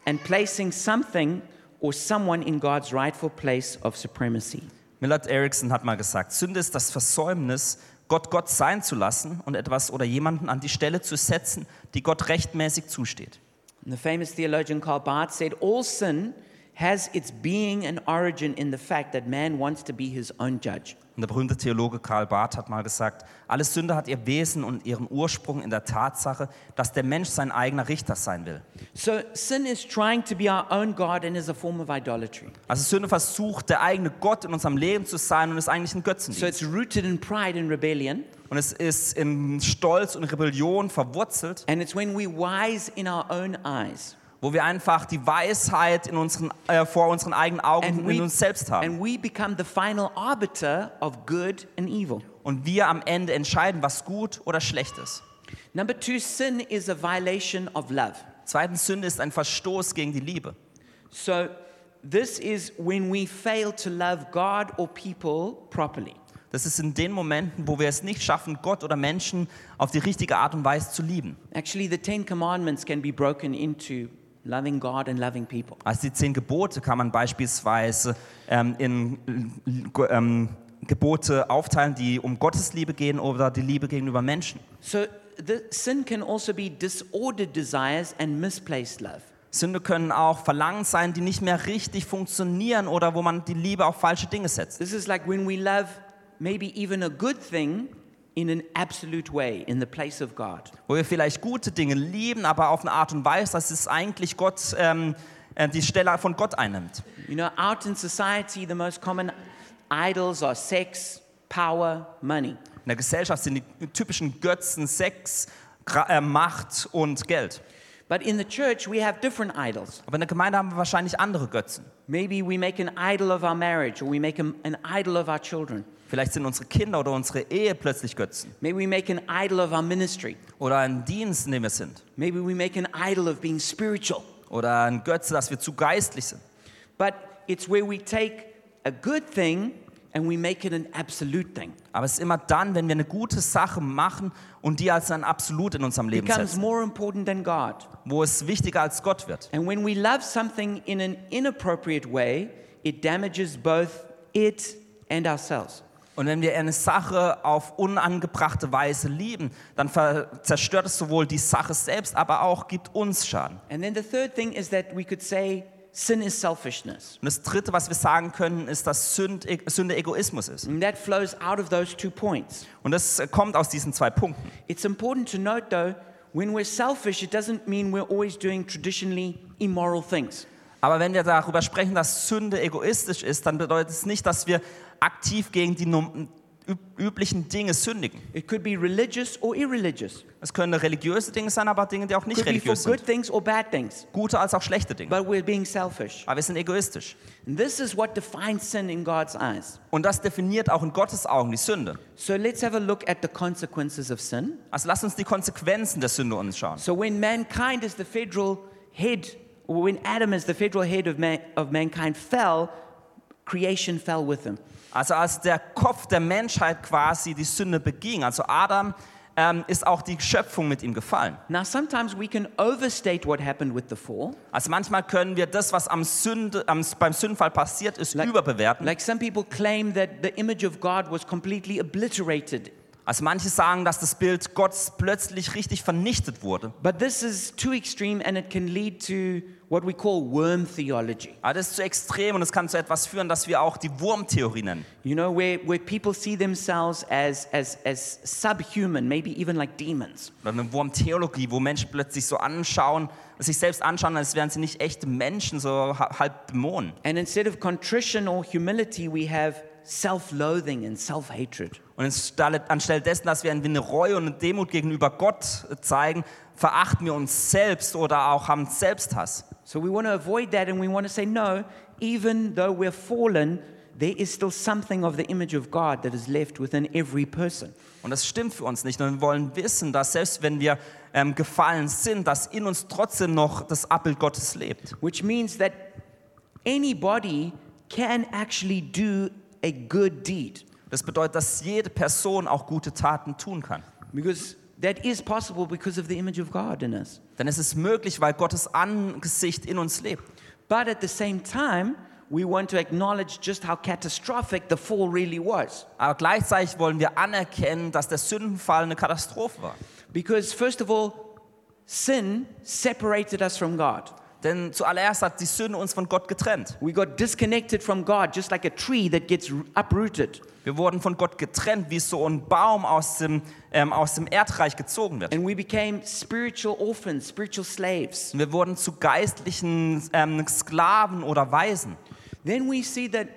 [SPEAKER 1] and placing something or someone in God's rightful place of supremacy.
[SPEAKER 2] Millard Erickson hat mal gesagt, Sünde ist das Versäumnis, Gott Gott sein zu lassen und etwas oder jemanden an die Stelle zu setzen, die Gott rechtmäßig zusteht.
[SPEAKER 1] And the famous theologian Karl Barth said all sin has its being and origin in the fact that man wants to be his own judge.
[SPEAKER 2] Und der berühmte Theologe Karl Barth hat mal gesagt, alle Sünde hat ihr Wesen und ihren Ursprung in der Tatsache, dass der Mensch sein eigener Richter sein will.
[SPEAKER 1] So sin is trying to be our own God and is a form of idolatry.
[SPEAKER 2] Also Sünde versucht, der eigene Gott in unserem Leben zu sein und ist eigentlich ein
[SPEAKER 1] So
[SPEAKER 2] Götzendienst.
[SPEAKER 1] it's rooted in pride and rebellion.
[SPEAKER 2] Und es ist in Stolz und Rebellion verwurzelt,
[SPEAKER 1] And it's when we wise in our own eyes.
[SPEAKER 2] wo wir einfach die Weisheit in unseren, äh, vor unseren eigenen Augen
[SPEAKER 1] And
[SPEAKER 2] und in
[SPEAKER 1] we,
[SPEAKER 2] uns selbst haben.
[SPEAKER 1] and we become the final arbiter of good and evil.
[SPEAKER 2] Und wir am Ende entscheiden, was gut oder schlecht ist.
[SPEAKER 1] Number two, sin is a violation of love.
[SPEAKER 2] Zweitens, Sünde ist ein Verstoß gegen die Liebe.
[SPEAKER 1] So this is when we fail to love God or people properly.
[SPEAKER 2] Das ist in den Momenten, wo wir es nicht schaffen, Gott oder Menschen auf die richtige Art und Weise zu lieben.
[SPEAKER 1] Actually, the Ten Commandments can be broken into loving God and loving people.
[SPEAKER 2] Also die zehn Gebote kann man beispielsweise ähm, in äh, ähm, Gebote aufteilen, die um Gottes Liebe gehen oder die Liebe gegenüber Menschen.
[SPEAKER 1] So the sin can also be disordered desires and misplaced love.
[SPEAKER 2] Sünde können auch Verlangen sein, die nicht mehr richtig funktionieren oder wo man die Liebe auf falsche Dinge setzt.
[SPEAKER 1] This is like when we love maybe even a good thing in an absolute way, in the place of God.
[SPEAKER 2] Wo wir vielleicht gute Dinge lieben, aber auf eine Art und Weise, dass es eigentlich Gott, ähm, äh, die Stelle von Gott einnimmt.
[SPEAKER 1] You know, out in society, the most common idols are sex, power, money.
[SPEAKER 2] In der Gesellschaft sind die typischen Götzen Sex, Gra äh, Macht und Geld.
[SPEAKER 1] But in the church, we have different idols.
[SPEAKER 2] Aber in der Gemeinde haben wir wahrscheinlich andere Götzen.
[SPEAKER 1] Maybe we make an idol of our marriage, or we make an an idol of our children.
[SPEAKER 2] Vielleicht sind unsere Kinder oder unsere Ehe plötzlich Götzen.
[SPEAKER 1] Maybe we make an idol of our ministry.
[SPEAKER 2] Oder ein Dienst, in dem wir sind.
[SPEAKER 1] Maybe we make an idol of being spiritual.
[SPEAKER 2] Oder ein Götze, dass wir zu geistlich sind.
[SPEAKER 1] But it's where we take a good thing and we make it an absolute thing.
[SPEAKER 2] Aber es ist immer dann, wenn wir eine gute Sache machen und die als ein Absolut in unserem
[SPEAKER 1] It
[SPEAKER 2] Leben
[SPEAKER 1] becomes
[SPEAKER 2] setzen,
[SPEAKER 1] more important than God.
[SPEAKER 2] wo es wichtiger als Gott wird.
[SPEAKER 1] And when we love something in an inappropriate way, it damages both it and ourselves.
[SPEAKER 2] Und wenn wir eine Sache auf unangebrachte Weise lieben, dann ver- zerstört es sowohl die Sache selbst, aber auch gibt uns Schaden.
[SPEAKER 1] And then the third thing is that we could say sin is selfishness.
[SPEAKER 2] Und das Dritte, was wir sagen können, ist, dass Sünd- E-, Sünde Egoismus ist.
[SPEAKER 1] And that flows out of those two points.
[SPEAKER 2] Und das äh, kommt aus diesen zwei Punkten.
[SPEAKER 1] It's important to note, though, when we're selfish, it doesn't mean we're always doing traditionally immoral things.
[SPEAKER 2] Aber wenn wir darüber sprechen, dass Sünde egoistisch ist, dann bedeutet es nicht, dass wir aktiv gegen die num- üb- üblichen Dinge sündigen.
[SPEAKER 1] It could be religious or irreligious,
[SPEAKER 2] Es können religiöse Dinge sein, aber Dinge, die auch
[SPEAKER 1] could
[SPEAKER 2] nicht
[SPEAKER 1] be for
[SPEAKER 2] religiös sind.
[SPEAKER 1] good things or bad things,
[SPEAKER 2] Gute als auch schlechte Dinge.
[SPEAKER 1] but we're being selfish.
[SPEAKER 2] Aber wir sind egoistisch.
[SPEAKER 1] And this is what defines sin in God's eyes.
[SPEAKER 2] Und das definiert auch in Gottes Augen die Sünde.
[SPEAKER 1] So let's have a look at the consequences of sin.
[SPEAKER 2] Also lasst uns die Konsequenzen der Sünde anschauen.
[SPEAKER 1] So when mankind is the federal head, or when Adam is the federal head of, man, of mankind fell, creation fell with him.
[SPEAKER 2] Also als der Kopf der Menschheit quasi die Sünde beging, also Adam, ähm, ist auch die Schöpfung mit ihm gefallen.
[SPEAKER 1] Now sometimes we can overstate what happened with the fall.
[SPEAKER 2] Also manchmal können wir das, was am Sünde, am, beim Sündenfall passiert ist,
[SPEAKER 1] Like-
[SPEAKER 2] überbewerten.
[SPEAKER 1] Like some people claim that the image of God was completely obliterated.
[SPEAKER 2] Also manche sagen, dass das Bild Gottes plötzlich richtig vernichtet wurde.
[SPEAKER 1] But this is too extreme and it can lead to what we call worm theology.
[SPEAKER 2] Aber das ist zu extrem und es kann zu etwas führen, das wir auch die Wurmtheorie nennen.
[SPEAKER 1] You know, where, where people see themselves as, as, as subhuman, maybe even like demons.
[SPEAKER 2] Oder eine Wurmtheologie, wo Menschen plötzlich so anschauen, sich selbst anschauen, als wären sie nicht echte Menschen, so ha- halb Dämonen.
[SPEAKER 1] And instead of contrition or humility, we have self loathing and self hatred.
[SPEAKER 2] Und anstelle anstelle dessen, dass wir eine Reue und eine Demut gegenüber Gott zeigen, verachten wir uns selbst oder auch haben Selbsthass.
[SPEAKER 1] So we want to avoid that and we want to say, no, even though we're fallen, there is still something of the image of God that is left within every person.
[SPEAKER 2] Und das stimmt für uns nicht. Und wir wollen wissen, dass selbst wenn wir ähm, gefallen sind, dass in uns trotzdem noch das Abbild Gottes lebt.
[SPEAKER 1] Which means that anybody can actually do a good deed
[SPEAKER 2] Das bedeutet, dass jede Person auch gute Taten tun kann.
[SPEAKER 1] because that is possible because of the image of God in us.
[SPEAKER 2] Denn es ist möglich, weil Gottes Angesicht in uns lebt.
[SPEAKER 1] But at the same time, we want to acknowledge just how catastrophic the fall really was.
[SPEAKER 2] Aber gleichzeitig wollen wir anerkennen, dass der Sündenfall eine Katastrophe war.
[SPEAKER 1] Because, first of all, sin separated us from God.
[SPEAKER 2] Denn zuallererst hat die Sünde uns von Gott getrennt.
[SPEAKER 1] We got disconnected from God, just like a tree that gets uprooted.
[SPEAKER 2] Wir wurden von Gott getrennt, wie so ein Baum aus dem, ähm, aus dem Erdreich gezogen wird.
[SPEAKER 1] And we became spiritual orphans, spiritual slaves.
[SPEAKER 2] Wir wurden zu geistlichen ähm, Sklaven oder Waisen.
[SPEAKER 1] Then we see that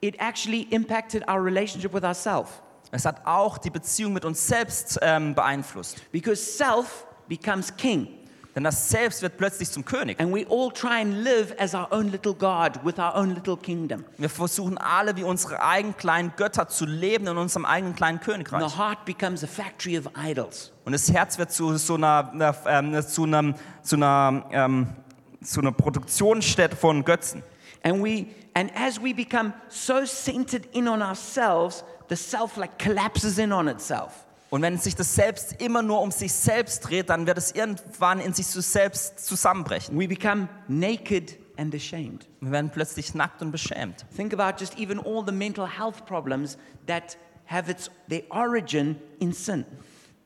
[SPEAKER 1] it actually impacted our relationship with ourselves.
[SPEAKER 2] Es hat auch die Beziehung mit uns selbst ähm, beeinflusst.
[SPEAKER 1] Because self becomes king.
[SPEAKER 2] Denn das Selbst wird plötzlich zum König.
[SPEAKER 1] And we all try and live as our own little God with our own little kingdom.
[SPEAKER 2] Wir versuchen alle, wie unsere eigenen kleinen Götter zu leben in unserem eigenen kleinen
[SPEAKER 1] And the
[SPEAKER 2] Königreich.
[SPEAKER 1] heart becomes a factory of idols.
[SPEAKER 2] Und das Herz wird zu so einer, einer, ähm, zu einem, zu einer, ähm, zu einer Produktionsstätte von Götzen.
[SPEAKER 1] And we and as we become so centered in on ourselves, the self like collapses in on itself.
[SPEAKER 2] Und wenn sich das Selbst immer nur um sich selbst dreht, dann wird es irgendwann in sich zu selbst zusammenbrechen.
[SPEAKER 1] We become naked and ashamed.
[SPEAKER 2] Wir werden plötzlich nackt und beschämt.
[SPEAKER 1] Think about just even all the mental health problems that have its their origin in sin.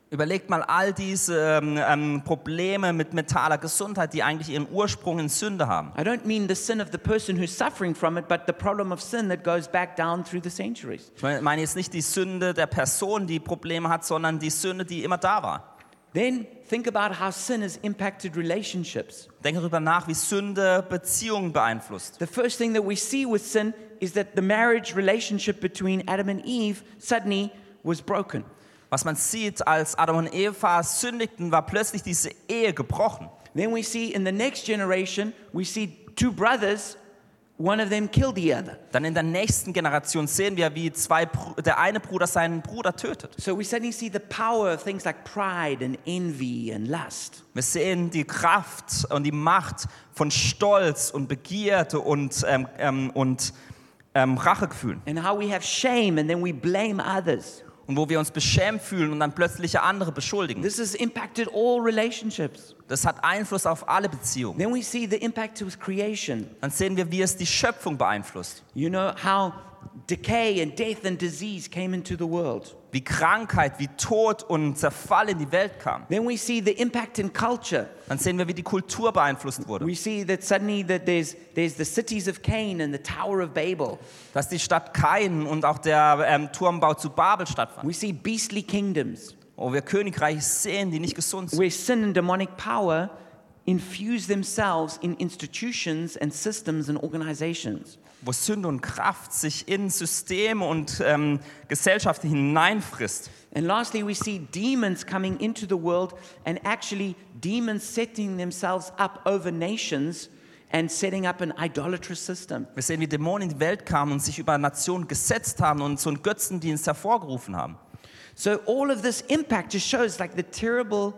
[SPEAKER 2] Überlegt mal all diese ähm, ähm, Probleme mit mentaler Gesundheit, die eigentlich ihren Ursprung in Sünde haben.
[SPEAKER 1] I don't mean the sin of the person who's suffering from it, but the problem of sin that goes back down through the centuries.
[SPEAKER 2] Ich meine- meine jetzt nicht die Sünde der Person, die Probleme hat, sondern die Sünde, die immer da war.
[SPEAKER 1] Then think about how sin has impacted relationships.
[SPEAKER 2] Denke darüber nach, wie Sünde Beziehungen beeinflusst.
[SPEAKER 1] The first thing that we see with sin is that the marriage relationship between Adam and Eve suddenly was broken.
[SPEAKER 2] Was man sieht, als Adam und Eva sündigten, war plötzlich diese Ehe gebrochen.
[SPEAKER 1] Then we see in the next generation, we see two brothers, one of them killed the other.
[SPEAKER 2] Dann in der nächsten Generation sehen wir, wie zwei, Br- der eine Bruder seinen Bruder tötet.
[SPEAKER 1] So we suddenly see the power of things like pride and envy and lust.
[SPEAKER 2] Wir sehen die Kraft und die Macht von Stolz und Begierde und, ähm, ähm, und ähm, Rachegefühlen.
[SPEAKER 1] and how we have shame and then we blame others.
[SPEAKER 2] Und wo wir uns beschämt fühlen und dann plötzlich andere beschuldigen.
[SPEAKER 1] This has impacted all relationships.
[SPEAKER 2] Das hat Einfluss auf alle Beziehungen.
[SPEAKER 1] Then we see the impact to creation.
[SPEAKER 2] Dann sehen wir, wie es die Schöpfung beeinflusst.
[SPEAKER 1] You know how decay and death and disease came into the world.
[SPEAKER 2] Wie Krankheit, wie Tod und Zerfall in die Welt kam.
[SPEAKER 1] Then we see the impact in culture.
[SPEAKER 2] Dann sehen wir, wie die Kultur beeinflusst wurde.
[SPEAKER 1] We see that suddenly that there's, there's the cities of Cain and the Tower of Babel.
[SPEAKER 2] Dass die Stadt Kain und auch der ähm, Turmbau zu Babel stattfand.
[SPEAKER 1] We see beastly kingdoms
[SPEAKER 2] Wo wir Königreiche sehen, die nicht gesund sind.
[SPEAKER 1] where sin and demonic power infuse themselves in institutions and systems and organizations.
[SPEAKER 2] Wo Sünde und Kraft sich in Systeme und ähm, Gesellschaften hineinfrisst.
[SPEAKER 1] And lastly, we see demons coming into the world and actually demons setting themselves up over nations and setting up an idolatrous system.
[SPEAKER 2] Wir sehen, wie Dämonen in die Welt kamen und sich über Nationen gesetzt haben und so einen Götzendienst hervorgerufen haben.
[SPEAKER 1] So all of this impact just shows like the terrible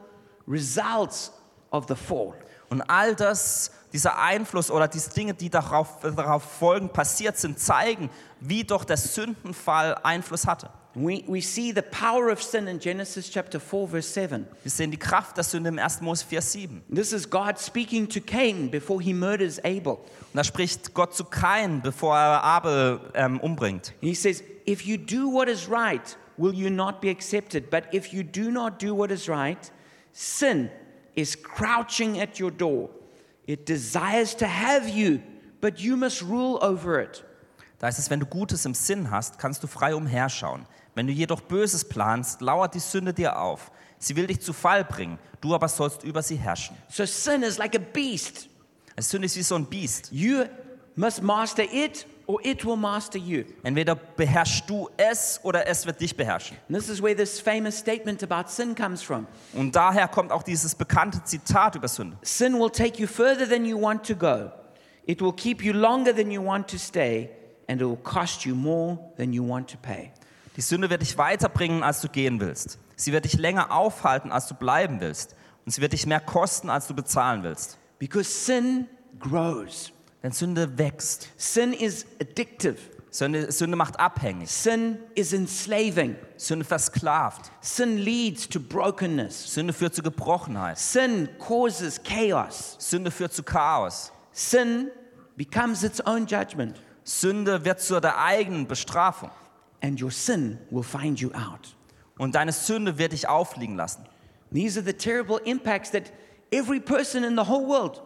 [SPEAKER 1] results of the fall.
[SPEAKER 2] Und all das, dieser Einfluss oder diese Dinge, die darauf, darauf folgen, passiert sind, zeigen, wie doch der Sündenfall Einfluss hatte.
[SPEAKER 1] We, we see the power of sin in Genesis chapter 4, verse 7.
[SPEAKER 2] Wir sehen die Kraft der Sünde im 1. Mose 4,7. Und
[SPEAKER 1] This is God speaking to Cain before he murders Abel.
[SPEAKER 2] da spricht Gott zu Kain, bevor er Abel ähm, umbringt.
[SPEAKER 1] He says, If you do what is right, will you not be accepted? But if you do not do what is right, sin is crouching at your door. It desires to have you, but you must rule over it.
[SPEAKER 2] Da heißt es, wenn du Gutes im Sinn hast, kannst du frei umherschauen. Wenn du jedoch Böses planst, lauert die Sünde dir auf. Sie will dich zu Fall bringen, du aber sollst über sie herrschen.
[SPEAKER 1] So sin is like a beast.
[SPEAKER 2] Die Sünde ist wie so ein Biest.
[SPEAKER 1] You must master it, or it will master you.
[SPEAKER 2] Entweder beherrschst du es oder es wird dich beherrschen.
[SPEAKER 1] And this is where this famous statement about sin comes from.
[SPEAKER 2] Und daher kommt auch dieses bekannte Zitat über Sünde.
[SPEAKER 1] Sin will take you further than you want to go. It will keep you longer than you want to stay, and it will cost you more than you want to pay.
[SPEAKER 2] Die Sünde wird dich weiterbringen, als du gehen willst. Sie wird dich länger aufhalten, als du bleiben willst. Und sie wird dich mehr kosten, als du bezahlen willst.
[SPEAKER 1] Because sin grows.
[SPEAKER 2] Denn Sünde wächst.
[SPEAKER 1] Sin is addictive.
[SPEAKER 2] Sünde, Sünde macht abhängig.
[SPEAKER 1] Sin is enslaving.
[SPEAKER 2] Sünde versklavt.
[SPEAKER 1] Sin leads to brokenness.
[SPEAKER 2] Sünde führt zu Gebrochenheit.
[SPEAKER 1] Sin causes chaos.
[SPEAKER 2] Sünde führt zu Chaos.
[SPEAKER 1] Sin becomes its own judgment,
[SPEAKER 2] Sünde wird zu der eigenen Bestrafung.
[SPEAKER 1] and your sin will find you out.
[SPEAKER 2] Und deine Sünde wird dich aufliegen lassen.
[SPEAKER 1] These are the terrible impacts that every person in the whole world,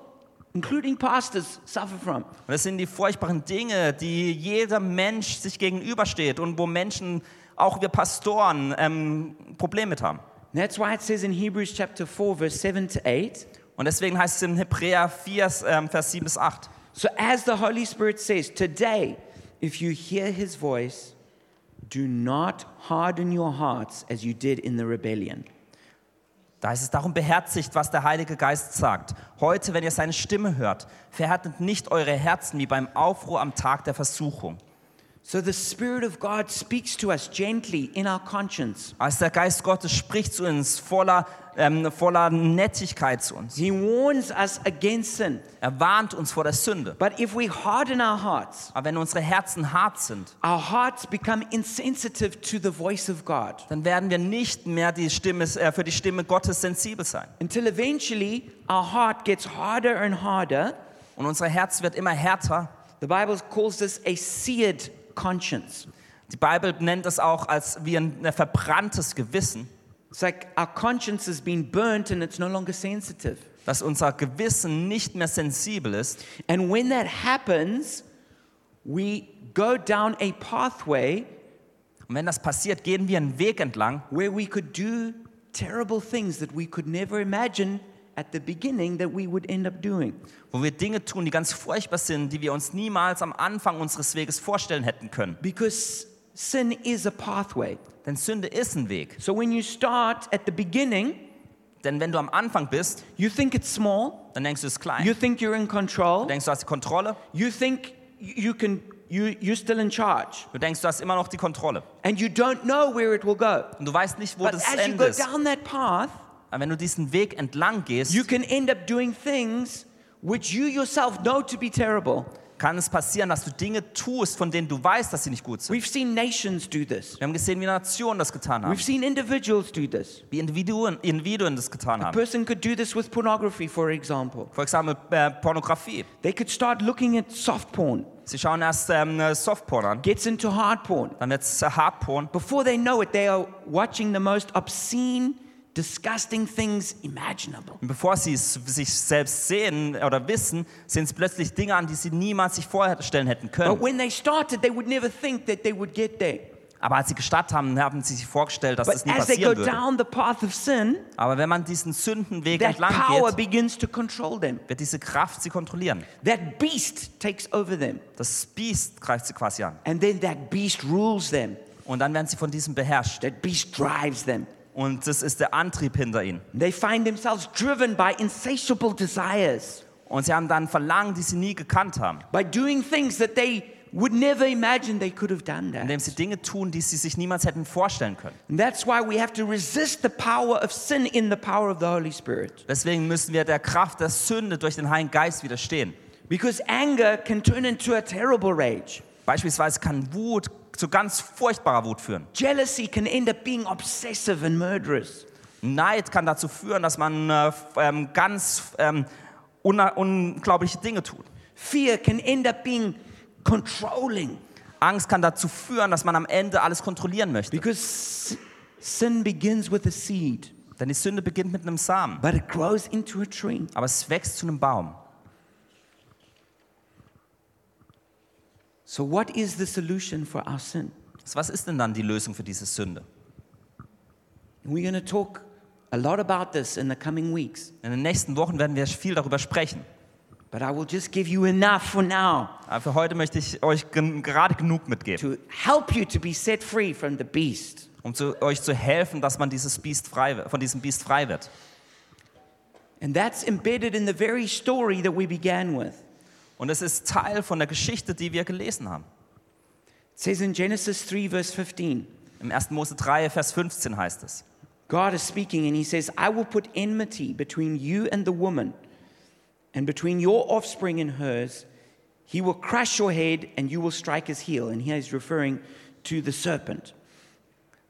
[SPEAKER 1] including pastors, suffer from.
[SPEAKER 2] Und das sind die furchtbaren Dinge, die jeder Mensch sich gegenübersteht und wo Menschen, auch wir Pastoren, ähm, Probleme mit haben.
[SPEAKER 1] And that's why it says in Hebrews chapter 4, verse 7 to 8.
[SPEAKER 2] Und deswegen heißt es in Hebräer 4, ähm, Vers 7 bis 8.
[SPEAKER 1] So, as the Holy Spirit says, today, if you hear his voice, do not harden your hearts as you did in the rebellion.
[SPEAKER 2] Da heißt es, darum beherzigt, was der Heilige Geist sagt. Heute, wenn ihr seine Stimme hört, verhärtet nicht eure Herzen wie beim Aufruhr am Tag der Versuchung.
[SPEAKER 1] So, the Spirit of God speaks to us gently in our conscience.
[SPEAKER 2] Als der Geist Gottes spricht zu uns voller, ähm, voller Nettigkeit zu uns.
[SPEAKER 1] He warns us against sin.
[SPEAKER 2] Er warnt uns vor der Sünde.
[SPEAKER 1] But if we harden our hearts,
[SPEAKER 2] Aber wenn unsere Herzen hart sind,
[SPEAKER 1] our hearts become insensitive to the voice of God
[SPEAKER 2] dann werden wir nicht mehr die Stimme, äh, für die Stimme Gottes sensibel sein.
[SPEAKER 1] until eventually our heart gets harder and harder.
[SPEAKER 2] Und unser Herz wird immer härter.
[SPEAKER 1] The Bible calls this a seared conscience.
[SPEAKER 2] Die Bibel nennt es auch als wie ein ein verbranntes Gewissen,
[SPEAKER 1] It's like our conscience has been burnt and it's no longer sensitive.
[SPEAKER 2] dass unser Gewissen nicht mehr sensibel ist.
[SPEAKER 1] And when that happens, we go down a pathway
[SPEAKER 2] Und wenn das passiert, gehen wir einen Weg entlang,
[SPEAKER 1] where we could do terrible things that we could never imagine at the beginning that we would end up doing.
[SPEAKER 2] wo wir Dinge tun, die ganz furchtbar sind, die wir uns niemals am Anfang unseres Weges vorstellen hätten können.
[SPEAKER 1] Because sin is a pathway.
[SPEAKER 2] Denn Sünde ist ein Weg.
[SPEAKER 1] So when you start at the beginning,
[SPEAKER 2] Denn wenn du am Anfang bist,
[SPEAKER 1] You think it's small.
[SPEAKER 2] dann denkst du, es ist klein.
[SPEAKER 1] You think you're in
[SPEAKER 2] Du
[SPEAKER 1] control.
[SPEAKER 2] denkst, du hast die Kontrolle.
[SPEAKER 1] You think you can, you, you're still in charge.
[SPEAKER 2] Du denkst, du hast immer noch die Kontrolle.
[SPEAKER 1] And you don't know where it will go.
[SPEAKER 2] Und du weißt nicht, wo
[SPEAKER 1] But
[SPEAKER 2] das
[SPEAKER 1] as you
[SPEAKER 2] Ende
[SPEAKER 1] go
[SPEAKER 2] ist.
[SPEAKER 1] down that path,
[SPEAKER 2] Aber wenn du diesen Weg entlang gehst,
[SPEAKER 1] you can end up doing things which you yourself know to be terrible.
[SPEAKER 2] kann es passieren, dass du Dinge tust, von denen du weißt, dass sie nicht gut sind.
[SPEAKER 1] We've seen nations do this.
[SPEAKER 2] Wir haben gesehen, wie Nationen das getan haben,
[SPEAKER 1] We've seen individuals do this.
[SPEAKER 2] wie Individuen, Individuen das getan
[SPEAKER 1] A
[SPEAKER 2] haben.
[SPEAKER 1] person could do this with pornography, for example.
[SPEAKER 2] Vor Beispiel äh, Pornografie.
[SPEAKER 1] They could start looking at soft porn,
[SPEAKER 2] Sie schauen erst ähm, äh, Softporn an,
[SPEAKER 1] gets into hard porn.
[SPEAKER 2] dann wird es äh, Hardporn.
[SPEAKER 1] Before they know it, they are watching the most obscene, disgusting things imaginable.
[SPEAKER 2] Und bevor sie es sich selbst sehen oder wissen, sehen sie plötzlich Dinge an, die sie niemals sich vorstellen hätten
[SPEAKER 1] But
[SPEAKER 2] können.
[SPEAKER 1] when they started, they would never think that they would get there.
[SPEAKER 2] Aber als sie gestartet haben, haben sie sich vorgestellt, dass das
[SPEAKER 1] But
[SPEAKER 2] nie
[SPEAKER 1] as they go
[SPEAKER 2] passieren würde.
[SPEAKER 1] down the path of sin,
[SPEAKER 2] Aber wenn man diesen Sündenweg
[SPEAKER 1] that
[SPEAKER 2] entlang
[SPEAKER 1] power
[SPEAKER 2] geht,
[SPEAKER 1] begins to control them.
[SPEAKER 2] wird diese Kraft sie kontrollieren.
[SPEAKER 1] That beast takes over them,
[SPEAKER 2] Das Biest greift sie quasi an.
[SPEAKER 1] and then that beast rules them.
[SPEAKER 2] Und dann werden sie von diesem beherrscht.
[SPEAKER 1] That beast drives them.
[SPEAKER 2] Und das ist der Antrieb hinter ihnen.
[SPEAKER 1] They find themselves driven by insatiable desires,
[SPEAKER 2] Und sie haben dann Verlangen, die sie nie gekannt haben,
[SPEAKER 1] by doing things that they would never imagine they could have done that.
[SPEAKER 2] indem sie Dinge tun, die sie sich niemals hätten vorstellen können.
[SPEAKER 1] And that's why we have to resist the power of sin in the power of the Holy Spirit.
[SPEAKER 2] Deswegen müssen wir der Kraft der Sünde durch den Heiligen Geist widerstehen.
[SPEAKER 1] Because anger can turn into a terrible rage.
[SPEAKER 2] Beispielsweise kann Wut zu ganz furchtbarer Wut führen.
[SPEAKER 1] Jealousy can end up being obsessive and murderous.
[SPEAKER 2] Neid kann dazu führen, dass man äh, f- ähm, ganz ähm, una- unglaubliche Dinge tut.
[SPEAKER 1] Fear can end up being controlling.
[SPEAKER 2] Angst kann dazu führen, dass man am Ende alles kontrollieren möchte.
[SPEAKER 1] Because s- sin begins with a seed,
[SPEAKER 2] Denn die Sünde beginnt mit einem Samen,
[SPEAKER 1] but it grows into a tree.
[SPEAKER 2] aber es wächst zu einem Baum.
[SPEAKER 1] So, what is the solution for our sin?
[SPEAKER 2] So, Was ist denn dann die Lösung für diese Sünde?
[SPEAKER 1] We're going to talk a lot about this in the coming weeks,
[SPEAKER 2] In den nächsten Wochen werden wir viel darüber sprechen.
[SPEAKER 1] but I will just give you enough for now
[SPEAKER 2] Aber für heute möchte ich euch gen gerade genug mitgeben,
[SPEAKER 1] to help you to be set free from the beast.
[SPEAKER 2] um zu, euch zu helfen, dass man dieses Biest frei, von diesem Biest frei wird.
[SPEAKER 1] And that's embedded in the very story that we began with.
[SPEAKER 2] Und es ist Teil von der Geschichte, die wir gelesen haben.
[SPEAKER 1] It says in Genesis 3, verse 15.
[SPEAKER 2] Im 1. Mose 3, Vers 15 heißt es.
[SPEAKER 1] God is speaking and he says, I will put enmity between you and the woman, and between your offspring and hers. He will crush your head and you will strike his heel. And here he's referring to the serpent.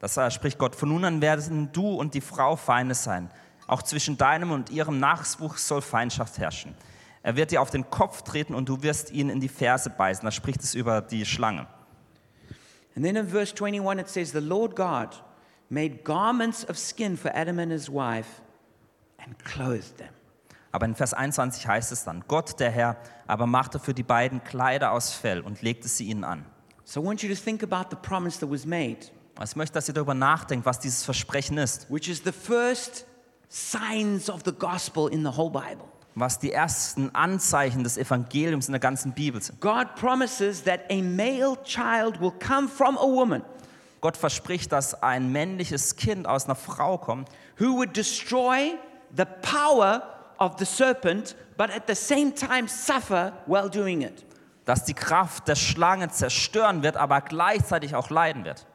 [SPEAKER 2] Das äh, spricht Gott, von nun an werden du und die Frau Feindes sein. Auch zwischen deinem und ihrem Nachwuchs soll Feindschaft herrschen. Er wird dir auf den Kopf treten und du wirst ihn in die Ferse beißen. Da spricht es über die Schlange.
[SPEAKER 1] And then in verse 21, it says, The Lord God made garments of skin for Adam and his wife and clothed them.
[SPEAKER 2] Aber in Vers 21 heißt es dann, Gott der Herr aber machte für die beiden Kleider aus Fell und legte sie ihnen an.
[SPEAKER 1] So I want you to think about the promise that was made,
[SPEAKER 2] Also Ich möchte, dass ihr darüber nachdenkt, was dieses Versprechen ist,
[SPEAKER 1] which is the first signs of the gospel in the whole Bible.
[SPEAKER 2] was die ersten Anzeichen des Evangeliums in der ganzen Bibel sind.
[SPEAKER 1] God promises that a male child will come from a woman
[SPEAKER 2] Gott verspricht, dass ein männliches Kind aus einer Frau kommt,
[SPEAKER 1] who would destroy the power of the serpent, but at the same time suffer while doing it.
[SPEAKER 2] dass die Kraft der Schlange zerstören wird, aber gleichzeitig auch leiden wird.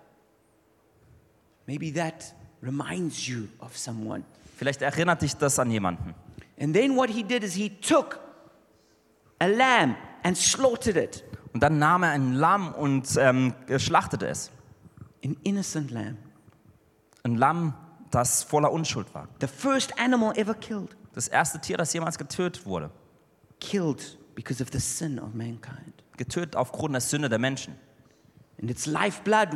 [SPEAKER 1] Maybe that reminds you of someone.
[SPEAKER 2] Vielleicht erinnert dich das an jemanden.
[SPEAKER 1] And then what he did is he took a lamb and slaughtered it,
[SPEAKER 2] Und dann nahm er ein Lamm und ähm, schlachtete es.
[SPEAKER 1] an innocent lamb,
[SPEAKER 2] Ein Lamm, das voller Unschuld war.
[SPEAKER 1] the first animal ever killed,
[SPEAKER 2] Das erste Tier, das jemals getötet wurde.
[SPEAKER 1] killed because of the sin of mankind.
[SPEAKER 2] Getötet aufgrund der Sünde der Menschen.
[SPEAKER 1] And its lifeblood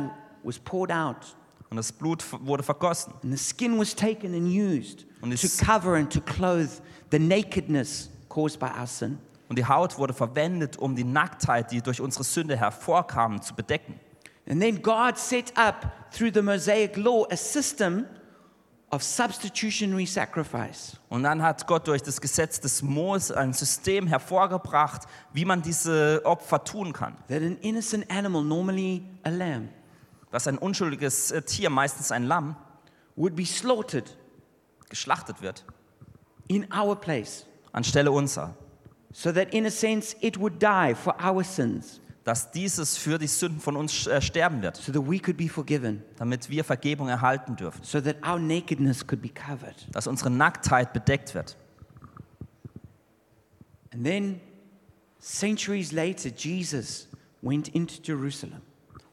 [SPEAKER 1] was poured out
[SPEAKER 2] Und das Blut f- wurde vergossen.
[SPEAKER 1] And the skin was taken and used
[SPEAKER 2] Und es-
[SPEAKER 1] to cover and to clothe the nakedness caused by our sin.
[SPEAKER 2] Und die Haut wurde verwendet, um die Nacktheit, die durch unsere Sünde hervorkam, zu bedecken.
[SPEAKER 1] And then God set up through the Mosaic law a system of substitutionary sacrifice.
[SPEAKER 2] Und dann hat Gott durch das Gesetz des Mose ein System hervorgebracht, wie man diese Opfer tun kann.
[SPEAKER 1] That an innocent animal, normally a lamb,
[SPEAKER 2] dass ein unschuldiges äh, Tier, meistens ein Lamm,
[SPEAKER 1] would be slaughtered
[SPEAKER 2] geschlachtet wird,
[SPEAKER 1] in our place,
[SPEAKER 2] anstelle unserer,
[SPEAKER 1] so that in a sense it would die for our sins,
[SPEAKER 2] dass dieses für die Sünden von uns äh, sterben wird,
[SPEAKER 1] so that we could be forgiven,
[SPEAKER 2] damit wir Vergebung erhalten dürfen,
[SPEAKER 1] so that our nakedness could be covered.
[SPEAKER 2] dass unsere Nacktheit bedeckt wird.
[SPEAKER 1] And then, centuries later, Jesus went into Jerusalem.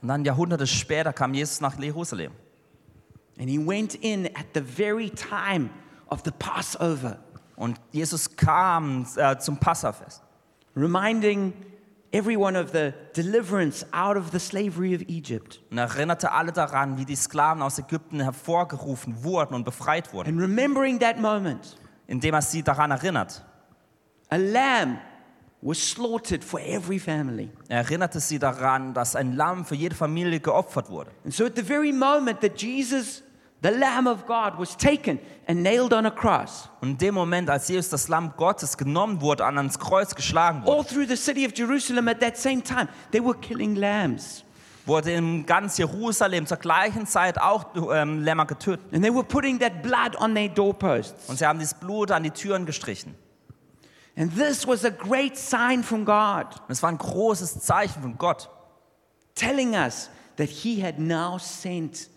[SPEAKER 2] Und dann Jahrhunderte später kam Jesus nach Jerusalem.
[SPEAKER 1] And he went in at the very time of the Passover,
[SPEAKER 2] Und Jesus kam äh, zum Passafest,
[SPEAKER 1] reminding everyone of the deliverance out of the slavery of Egypt.
[SPEAKER 2] und erinnerte alle daran, wie die Sklaven aus Ägypten hervorgerufen wurden und befreit wurden,
[SPEAKER 1] And remembering that moment,
[SPEAKER 2] indem er sie daran erinnert.
[SPEAKER 1] a lamb was slaughtered for every family.
[SPEAKER 2] Er erinnerte sie daran, dass ein Lamm für jede Familie geopfert wurde.
[SPEAKER 1] And so, at the very moment that Jesus, the Lamb of God, was taken and nailed on a cross,
[SPEAKER 2] Und in dem Moment, als Jesus das Lamm Gottes genommen wurde und ans Kreuz geschlagen wurde,
[SPEAKER 1] all through the city of Jerusalem at that same time, they were killing lambs.
[SPEAKER 2] wurde in ganz Jerusalem zur gleichen Zeit auch ähm, Lämmer getötet.
[SPEAKER 1] And they were putting that blood on their doorposts.
[SPEAKER 2] Und sie haben dieses Blut an die Türen gestrichen.
[SPEAKER 1] And this was a great sign from God
[SPEAKER 2] Und es war ein großes Zeichen von Gott,
[SPEAKER 1] telling us that He had now sent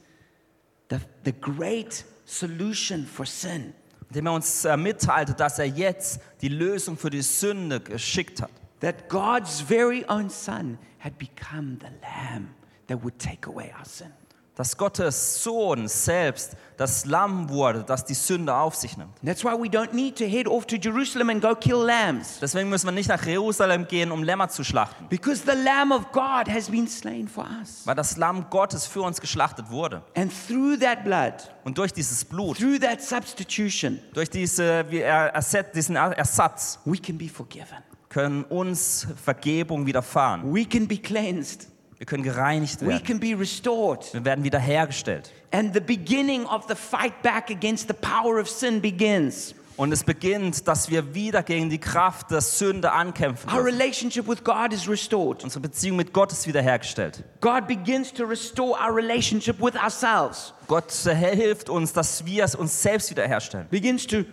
[SPEAKER 1] the, the great solution for sin.
[SPEAKER 2] indem er uns äh, mitteilte, dass er jetzt die Lösung für die Sünde geschickt hat.
[SPEAKER 1] That God's very own Son had become the Lamb that would take away our sin.
[SPEAKER 2] Dass Gottes Sohn selbst das Lamm wurde, das die Sünde auf sich nimmt.
[SPEAKER 1] That's why we don't need to head off to Jerusalem and go kill lambs,
[SPEAKER 2] Deswegen müssen wir nicht nach Jerusalem gehen, um Lämmer zu schlachten,
[SPEAKER 1] because the Lamb of God has been slain for us.
[SPEAKER 2] weil das Lamm Gottes für uns geschlachtet wurde.
[SPEAKER 1] And through that blood,
[SPEAKER 2] Und durch dieses Blut,
[SPEAKER 1] through that substitution,
[SPEAKER 2] durch diese, wie er- Erset- diesen Er- Ersatz
[SPEAKER 1] we can be forgiven.
[SPEAKER 2] können uns Vergebung widerfahren.
[SPEAKER 1] We can be cleansed.
[SPEAKER 2] Wir können gereinigt
[SPEAKER 1] We
[SPEAKER 2] werden.
[SPEAKER 1] can be restored.
[SPEAKER 2] Wir werden wiederhergestellt.
[SPEAKER 1] And the beginning of the fight back against the power of sin begins.
[SPEAKER 2] Und es beginnt, dass wir wieder gegen die Kraft der Sünde ankämpfen.
[SPEAKER 1] Our
[SPEAKER 2] Dürfen.
[SPEAKER 1] relationship with God is restored.
[SPEAKER 2] Unsere Beziehung mit Gott ist wiederhergestellt.
[SPEAKER 1] God begins to restore our relationship with ourselves,
[SPEAKER 2] Gott hilft uns, dass wir es uns selbst wiederherstellen.
[SPEAKER 1] begins to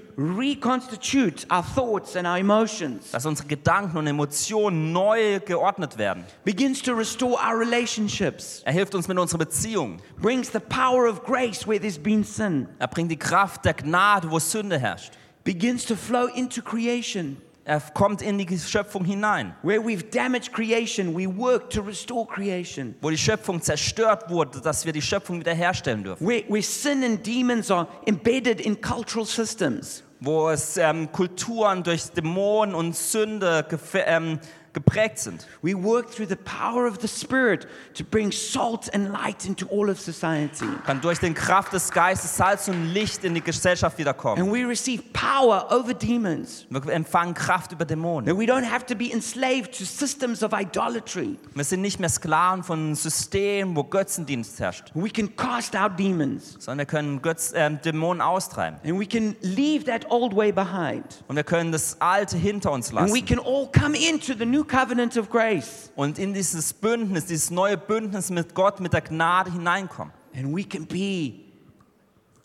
[SPEAKER 1] reconstitute our thoughts and our emotions,
[SPEAKER 2] Dass unsere Gedanken und Emotionen neu geordnet werden.
[SPEAKER 1] begins to restore our relationships,
[SPEAKER 2] Er hilft uns mit unserer Beziehung.
[SPEAKER 1] brings the power of grace where there's been sin,
[SPEAKER 2] Er bringt die Kraft der Gnade, wo Sünde herrscht.
[SPEAKER 1] begins to flow into creation.
[SPEAKER 2] Er kommt in die Schöpfung hinein,
[SPEAKER 1] Where we've damaged creation, we work to restore creation.
[SPEAKER 2] wo die Schöpfung zerstört wurde, dass wir die Schöpfung wiederherstellen dürfen.
[SPEAKER 1] Where, where sin and demons are embedded in cultural systems.
[SPEAKER 2] wo es ähm, Kulturen durch Dämonen und Sünde gef- ähm, geprägt sind.
[SPEAKER 1] We work through the power of the Spirit to bring salt and light into all of society.
[SPEAKER 2] Kann durch den Kraft des Geistes Salz und Licht in die Gesellschaft wiederkommen.
[SPEAKER 1] And we receive power over demons.
[SPEAKER 2] Wir empfangen Kraft über Dämonen.
[SPEAKER 1] That we don't have to be enslaved to systems of idolatry.
[SPEAKER 2] Wir sind nicht mehr Sklaven von Systemen, wo Götzendienst herrscht,
[SPEAKER 1] We can cast out demons
[SPEAKER 2] sondern wir können Götz, ähm, Dämonen austreiben.
[SPEAKER 1] and we can leave that old way behind.
[SPEAKER 2] Und wir können das Alte hinter uns
[SPEAKER 1] And we
[SPEAKER 2] lassen.
[SPEAKER 1] can all come into the new covenant of grace
[SPEAKER 2] Und in dieses Bündnis, dieses neue Bündnis mit Gott, mit der Gnade hineinkommen.
[SPEAKER 1] and we can be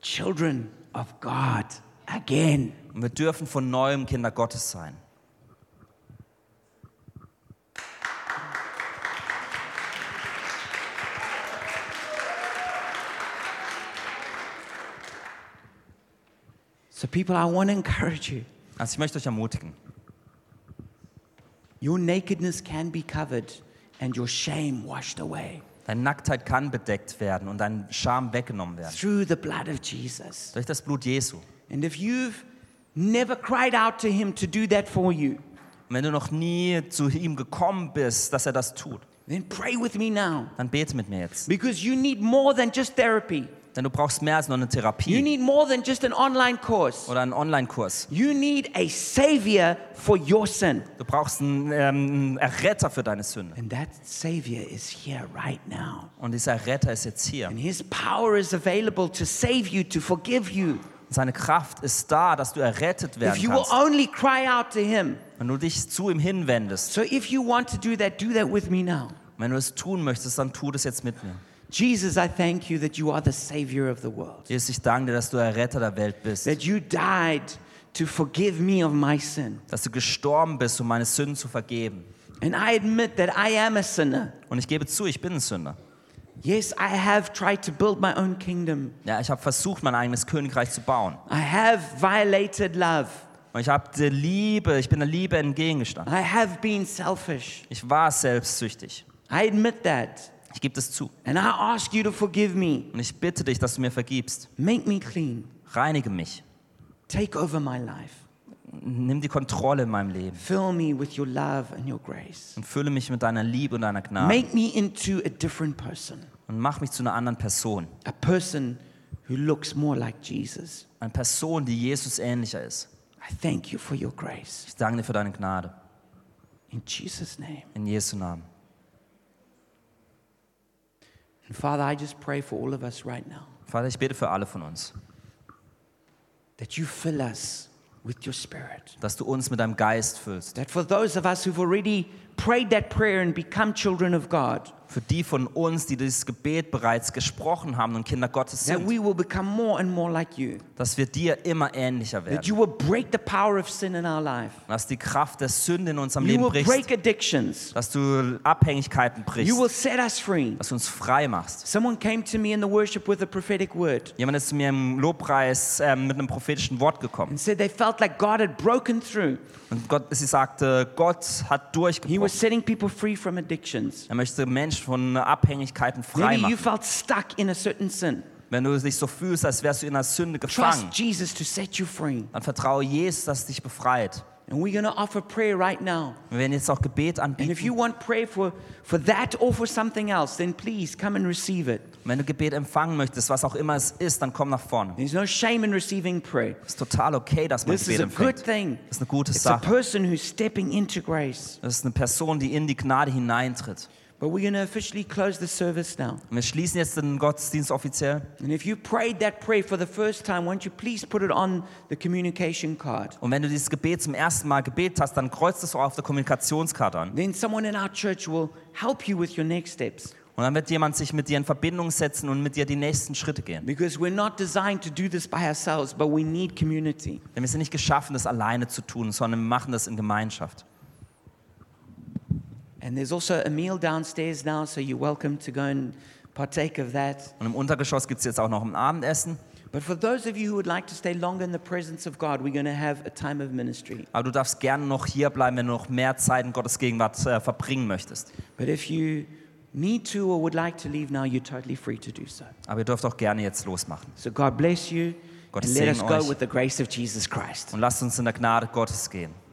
[SPEAKER 1] children of God again.
[SPEAKER 2] Und wir dürfen von neuem Kinder Gottes sein.
[SPEAKER 1] So, people, I want to encourage you
[SPEAKER 2] Also ich möchte euch ermutigen.
[SPEAKER 1] your nakedness can be covered and your shame washed away.
[SPEAKER 2] Deine Nacktheit kann bedeckt werden und dein Scham weggenommen werden.
[SPEAKER 1] through the blood of Jesus.
[SPEAKER 2] Durch das Blut Jesu.
[SPEAKER 1] And if you've never cried out to Him to do that for you,
[SPEAKER 2] Und wenn du noch nie zu ihm gekommen bist, dass er das tut,
[SPEAKER 1] then pray with me now.
[SPEAKER 2] dann bete mit mir jetzt.
[SPEAKER 1] Because you need more than just therapy,
[SPEAKER 2] Denn du brauchst mehr als nur eine
[SPEAKER 1] you
[SPEAKER 2] Therapie
[SPEAKER 1] need more than just an online course.
[SPEAKER 2] oder einen Online-Kurs.
[SPEAKER 1] You need a Savior for your sin.
[SPEAKER 2] Du brauchst einen ähm, Erretter für deine Sünde.
[SPEAKER 1] And that Savior is here right now.
[SPEAKER 2] Und dieser Erretter ist jetzt hier.
[SPEAKER 1] And His power is available to save you, to forgive you.
[SPEAKER 2] Seine Kraft ist da, dass du errettet
[SPEAKER 1] If
[SPEAKER 2] werden
[SPEAKER 1] you will
[SPEAKER 2] kannst.
[SPEAKER 1] only cry out to Him.
[SPEAKER 2] Wenn du dich zu ihm hinwendest,
[SPEAKER 1] So if you want to do that, do that with me now.
[SPEAKER 2] wenn du es tun möchtest, dann tu das jetzt mit mir.
[SPEAKER 1] Jesus, I thank you that you are the Savior of the world,
[SPEAKER 2] Jesus, ich danke dir, dass du der Retter der Welt bist,
[SPEAKER 1] that you died to forgive me of my sin.
[SPEAKER 2] dass du gestorben bist, um meine Sünden zu vergeben.
[SPEAKER 1] And I admit that I am a sinner.
[SPEAKER 2] Und ich gebe zu, ich bin ein Sünder.
[SPEAKER 1] Yes, I have tried to build my own kingdom,
[SPEAKER 2] Ja, ich habe versucht, mein eigenes Königreich zu bauen.
[SPEAKER 1] I have violated love,
[SPEAKER 2] Und ich habe der Liebe, ich bin der Liebe entgegengestanden.
[SPEAKER 1] I have been selfish.
[SPEAKER 2] Ich war selbstsüchtig.
[SPEAKER 1] I admit that.
[SPEAKER 2] Ich gebe das zu.
[SPEAKER 1] And I ask you to forgive me.
[SPEAKER 2] Und ich bitte dich, dass du mir vergibst.
[SPEAKER 1] Make me clean.
[SPEAKER 2] Reinige mich.
[SPEAKER 1] Take over my life.
[SPEAKER 2] Nimm die Kontrolle in meinem Leben.
[SPEAKER 1] Fill me with your love and your grace.
[SPEAKER 2] Und fülle mich mit deiner Liebe und deiner Gnade.
[SPEAKER 1] Make me into a different person,
[SPEAKER 2] Und mach mich zu einer anderen Person.
[SPEAKER 1] a person who looks more like Jesus.
[SPEAKER 2] Eine Person, die Jesus ähnlicher ist.
[SPEAKER 1] I thank you for your grace.
[SPEAKER 2] Ich danke dir für deine Gnade.
[SPEAKER 1] In Jesus' name.
[SPEAKER 2] In Jesu Namen.
[SPEAKER 1] And Father, I just pray for all of us right now
[SPEAKER 2] Vater, ich bete für alle von uns,
[SPEAKER 1] that you fill us with your spirit.
[SPEAKER 2] dass du uns mit deinem Geist füllst.
[SPEAKER 1] That for those of us who've already prayed that prayer and become children of God,
[SPEAKER 2] Für die von uns, die dieses Gebet bereits gesprochen haben und Kinder Gottes
[SPEAKER 1] that
[SPEAKER 2] sind,
[SPEAKER 1] we will become more and more like you.
[SPEAKER 2] dass wir dir immer ähnlicher
[SPEAKER 1] That
[SPEAKER 2] werden.
[SPEAKER 1] you will break the power of sin in our life.
[SPEAKER 2] Dass die Kraft der Sünde in unserem
[SPEAKER 1] You
[SPEAKER 2] Leben
[SPEAKER 1] will
[SPEAKER 2] bricht.
[SPEAKER 1] break addictions.
[SPEAKER 2] Dass du Abhängigkeiten brichst.
[SPEAKER 1] You will set us free.
[SPEAKER 2] Dass du uns frei machst.
[SPEAKER 1] Someone came to me in the worship with a prophetic word
[SPEAKER 2] Jemand ist zu mir im Lobpreis ähm, mit einem prophetischen Wort gekommen.
[SPEAKER 1] and said they felt like God had broken through.
[SPEAKER 2] Und Gott, sie sagte, Gott hat
[SPEAKER 1] He was
[SPEAKER 2] durchgebrochen.
[SPEAKER 1] setting people free from addictions.
[SPEAKER 2] Er möchte Menschen von Abhängigkeiten frei
[SPEAKER 1] Maybe you
[SPEAKER 2] machen.
[SPEAKER 1] felt stuck in a certain sin.
[SPEAKER 2] Wenn du dich so fühlst, als wärst du in einer Sünde
[SPEAKER 1] Trust
[SPEAKER 2] gefangen,
[SPEAKER 1] Jesus to set you free.
[SPEAKER 2] dann vertraue Jesus, dass es dich befreit.
[SPEAKER 1] And we're going to offer prayer right now.
[SPEAKER 2] Wir werden jetzt auch Gebet
[SPEAKER 1] And if
[SPEAKER 2] anbieten.
[SPEAKER 1] you want prayer for, for that or for something else, then please come and receive it.
[SPEAKER 2] Wenn du Gebet empfangen möchtest, was auch immer es ist, dann komm nach vorne.
[SPEAKER 1] There's no shame in receiving prayer.
[SPEAKER 2] Es ist total okay, dass man
[SPEAKER 1] This is
[SPEAKER 2] Gebet
[SPEAKER 1] a good
[SPEAKER 2] empfängt.
[SPEAKER 1] thing.
[SPEAKER 2] Das ist eine gute
[SPEAKER 1] It's a
[SPEAKER 2] Sache.
[SPEAKER 1] person who's stepping into grace.
[SPEAKER 2] Das ist eine Person, die in die Gnade hineintritt.
[SPEAKER 1] But we're going to officially close the service now.
[SPEAKER 2] Und wir schließen jetzt den Gottesdienst offiziell.
[SPEAKER 1] And if you prayed that prayer for the first time, won't you please put it on the communication card?
[SPEAKER 2] Und wenn du dieses Gebet zum ersten Mal gebetet hast, dann kreuzt es auch auf der Kommunikationskarte an.
[SPEAKER 1] Then someone in our church will help you with your next steps
[SPEAKER 2] Und dann wird jemand sich mit dir in Verbindung setzen und mit dir die nächsten Schritte gehen.
[SPEAKER 1] because we're not designed to do this by ourselves, but we need community.
[SPEAKER 2] Denn wir sind nicht geschaffen, das alleine zu tun, sondern wir machen das in Gemeinschaft.
[SPEAKER 1] And there's also a meal downstairs now, so you're welcome to go and partake of that.
[SPEAKER 2] Und im Untergeschoss gibt es jetzt auch noch ein Abendessen.
[SPEAKER 1] But for those of you who would like to stay longer in the presence of God, we're going to have a time of ministry.
[SPEAKER 2] Aber du darfst gerne noch hier bleiben, wenn du noch mehr Zeit in Gottes Gegenwart äh, verbringen möchtest.
[SPEAKER 1] But if you need to or would like to leave now, you're totally free to do so.
[SPEAKER 2] Aber ihr dürft auch gerne jetzt losmachen.
[SPEAKER 1] So God bless you.
[SPEAKER 2] Gott
[SPEAKER 1] and let us
[SPEAKER 2] segne
[SPEAKER 1] go
[SPEAKER 2] euch.
[SPEAKER 1] with the grace of Jesus Christ.
[SPEAKER 2] Und lasst uns in der Gnade Gottes gehen.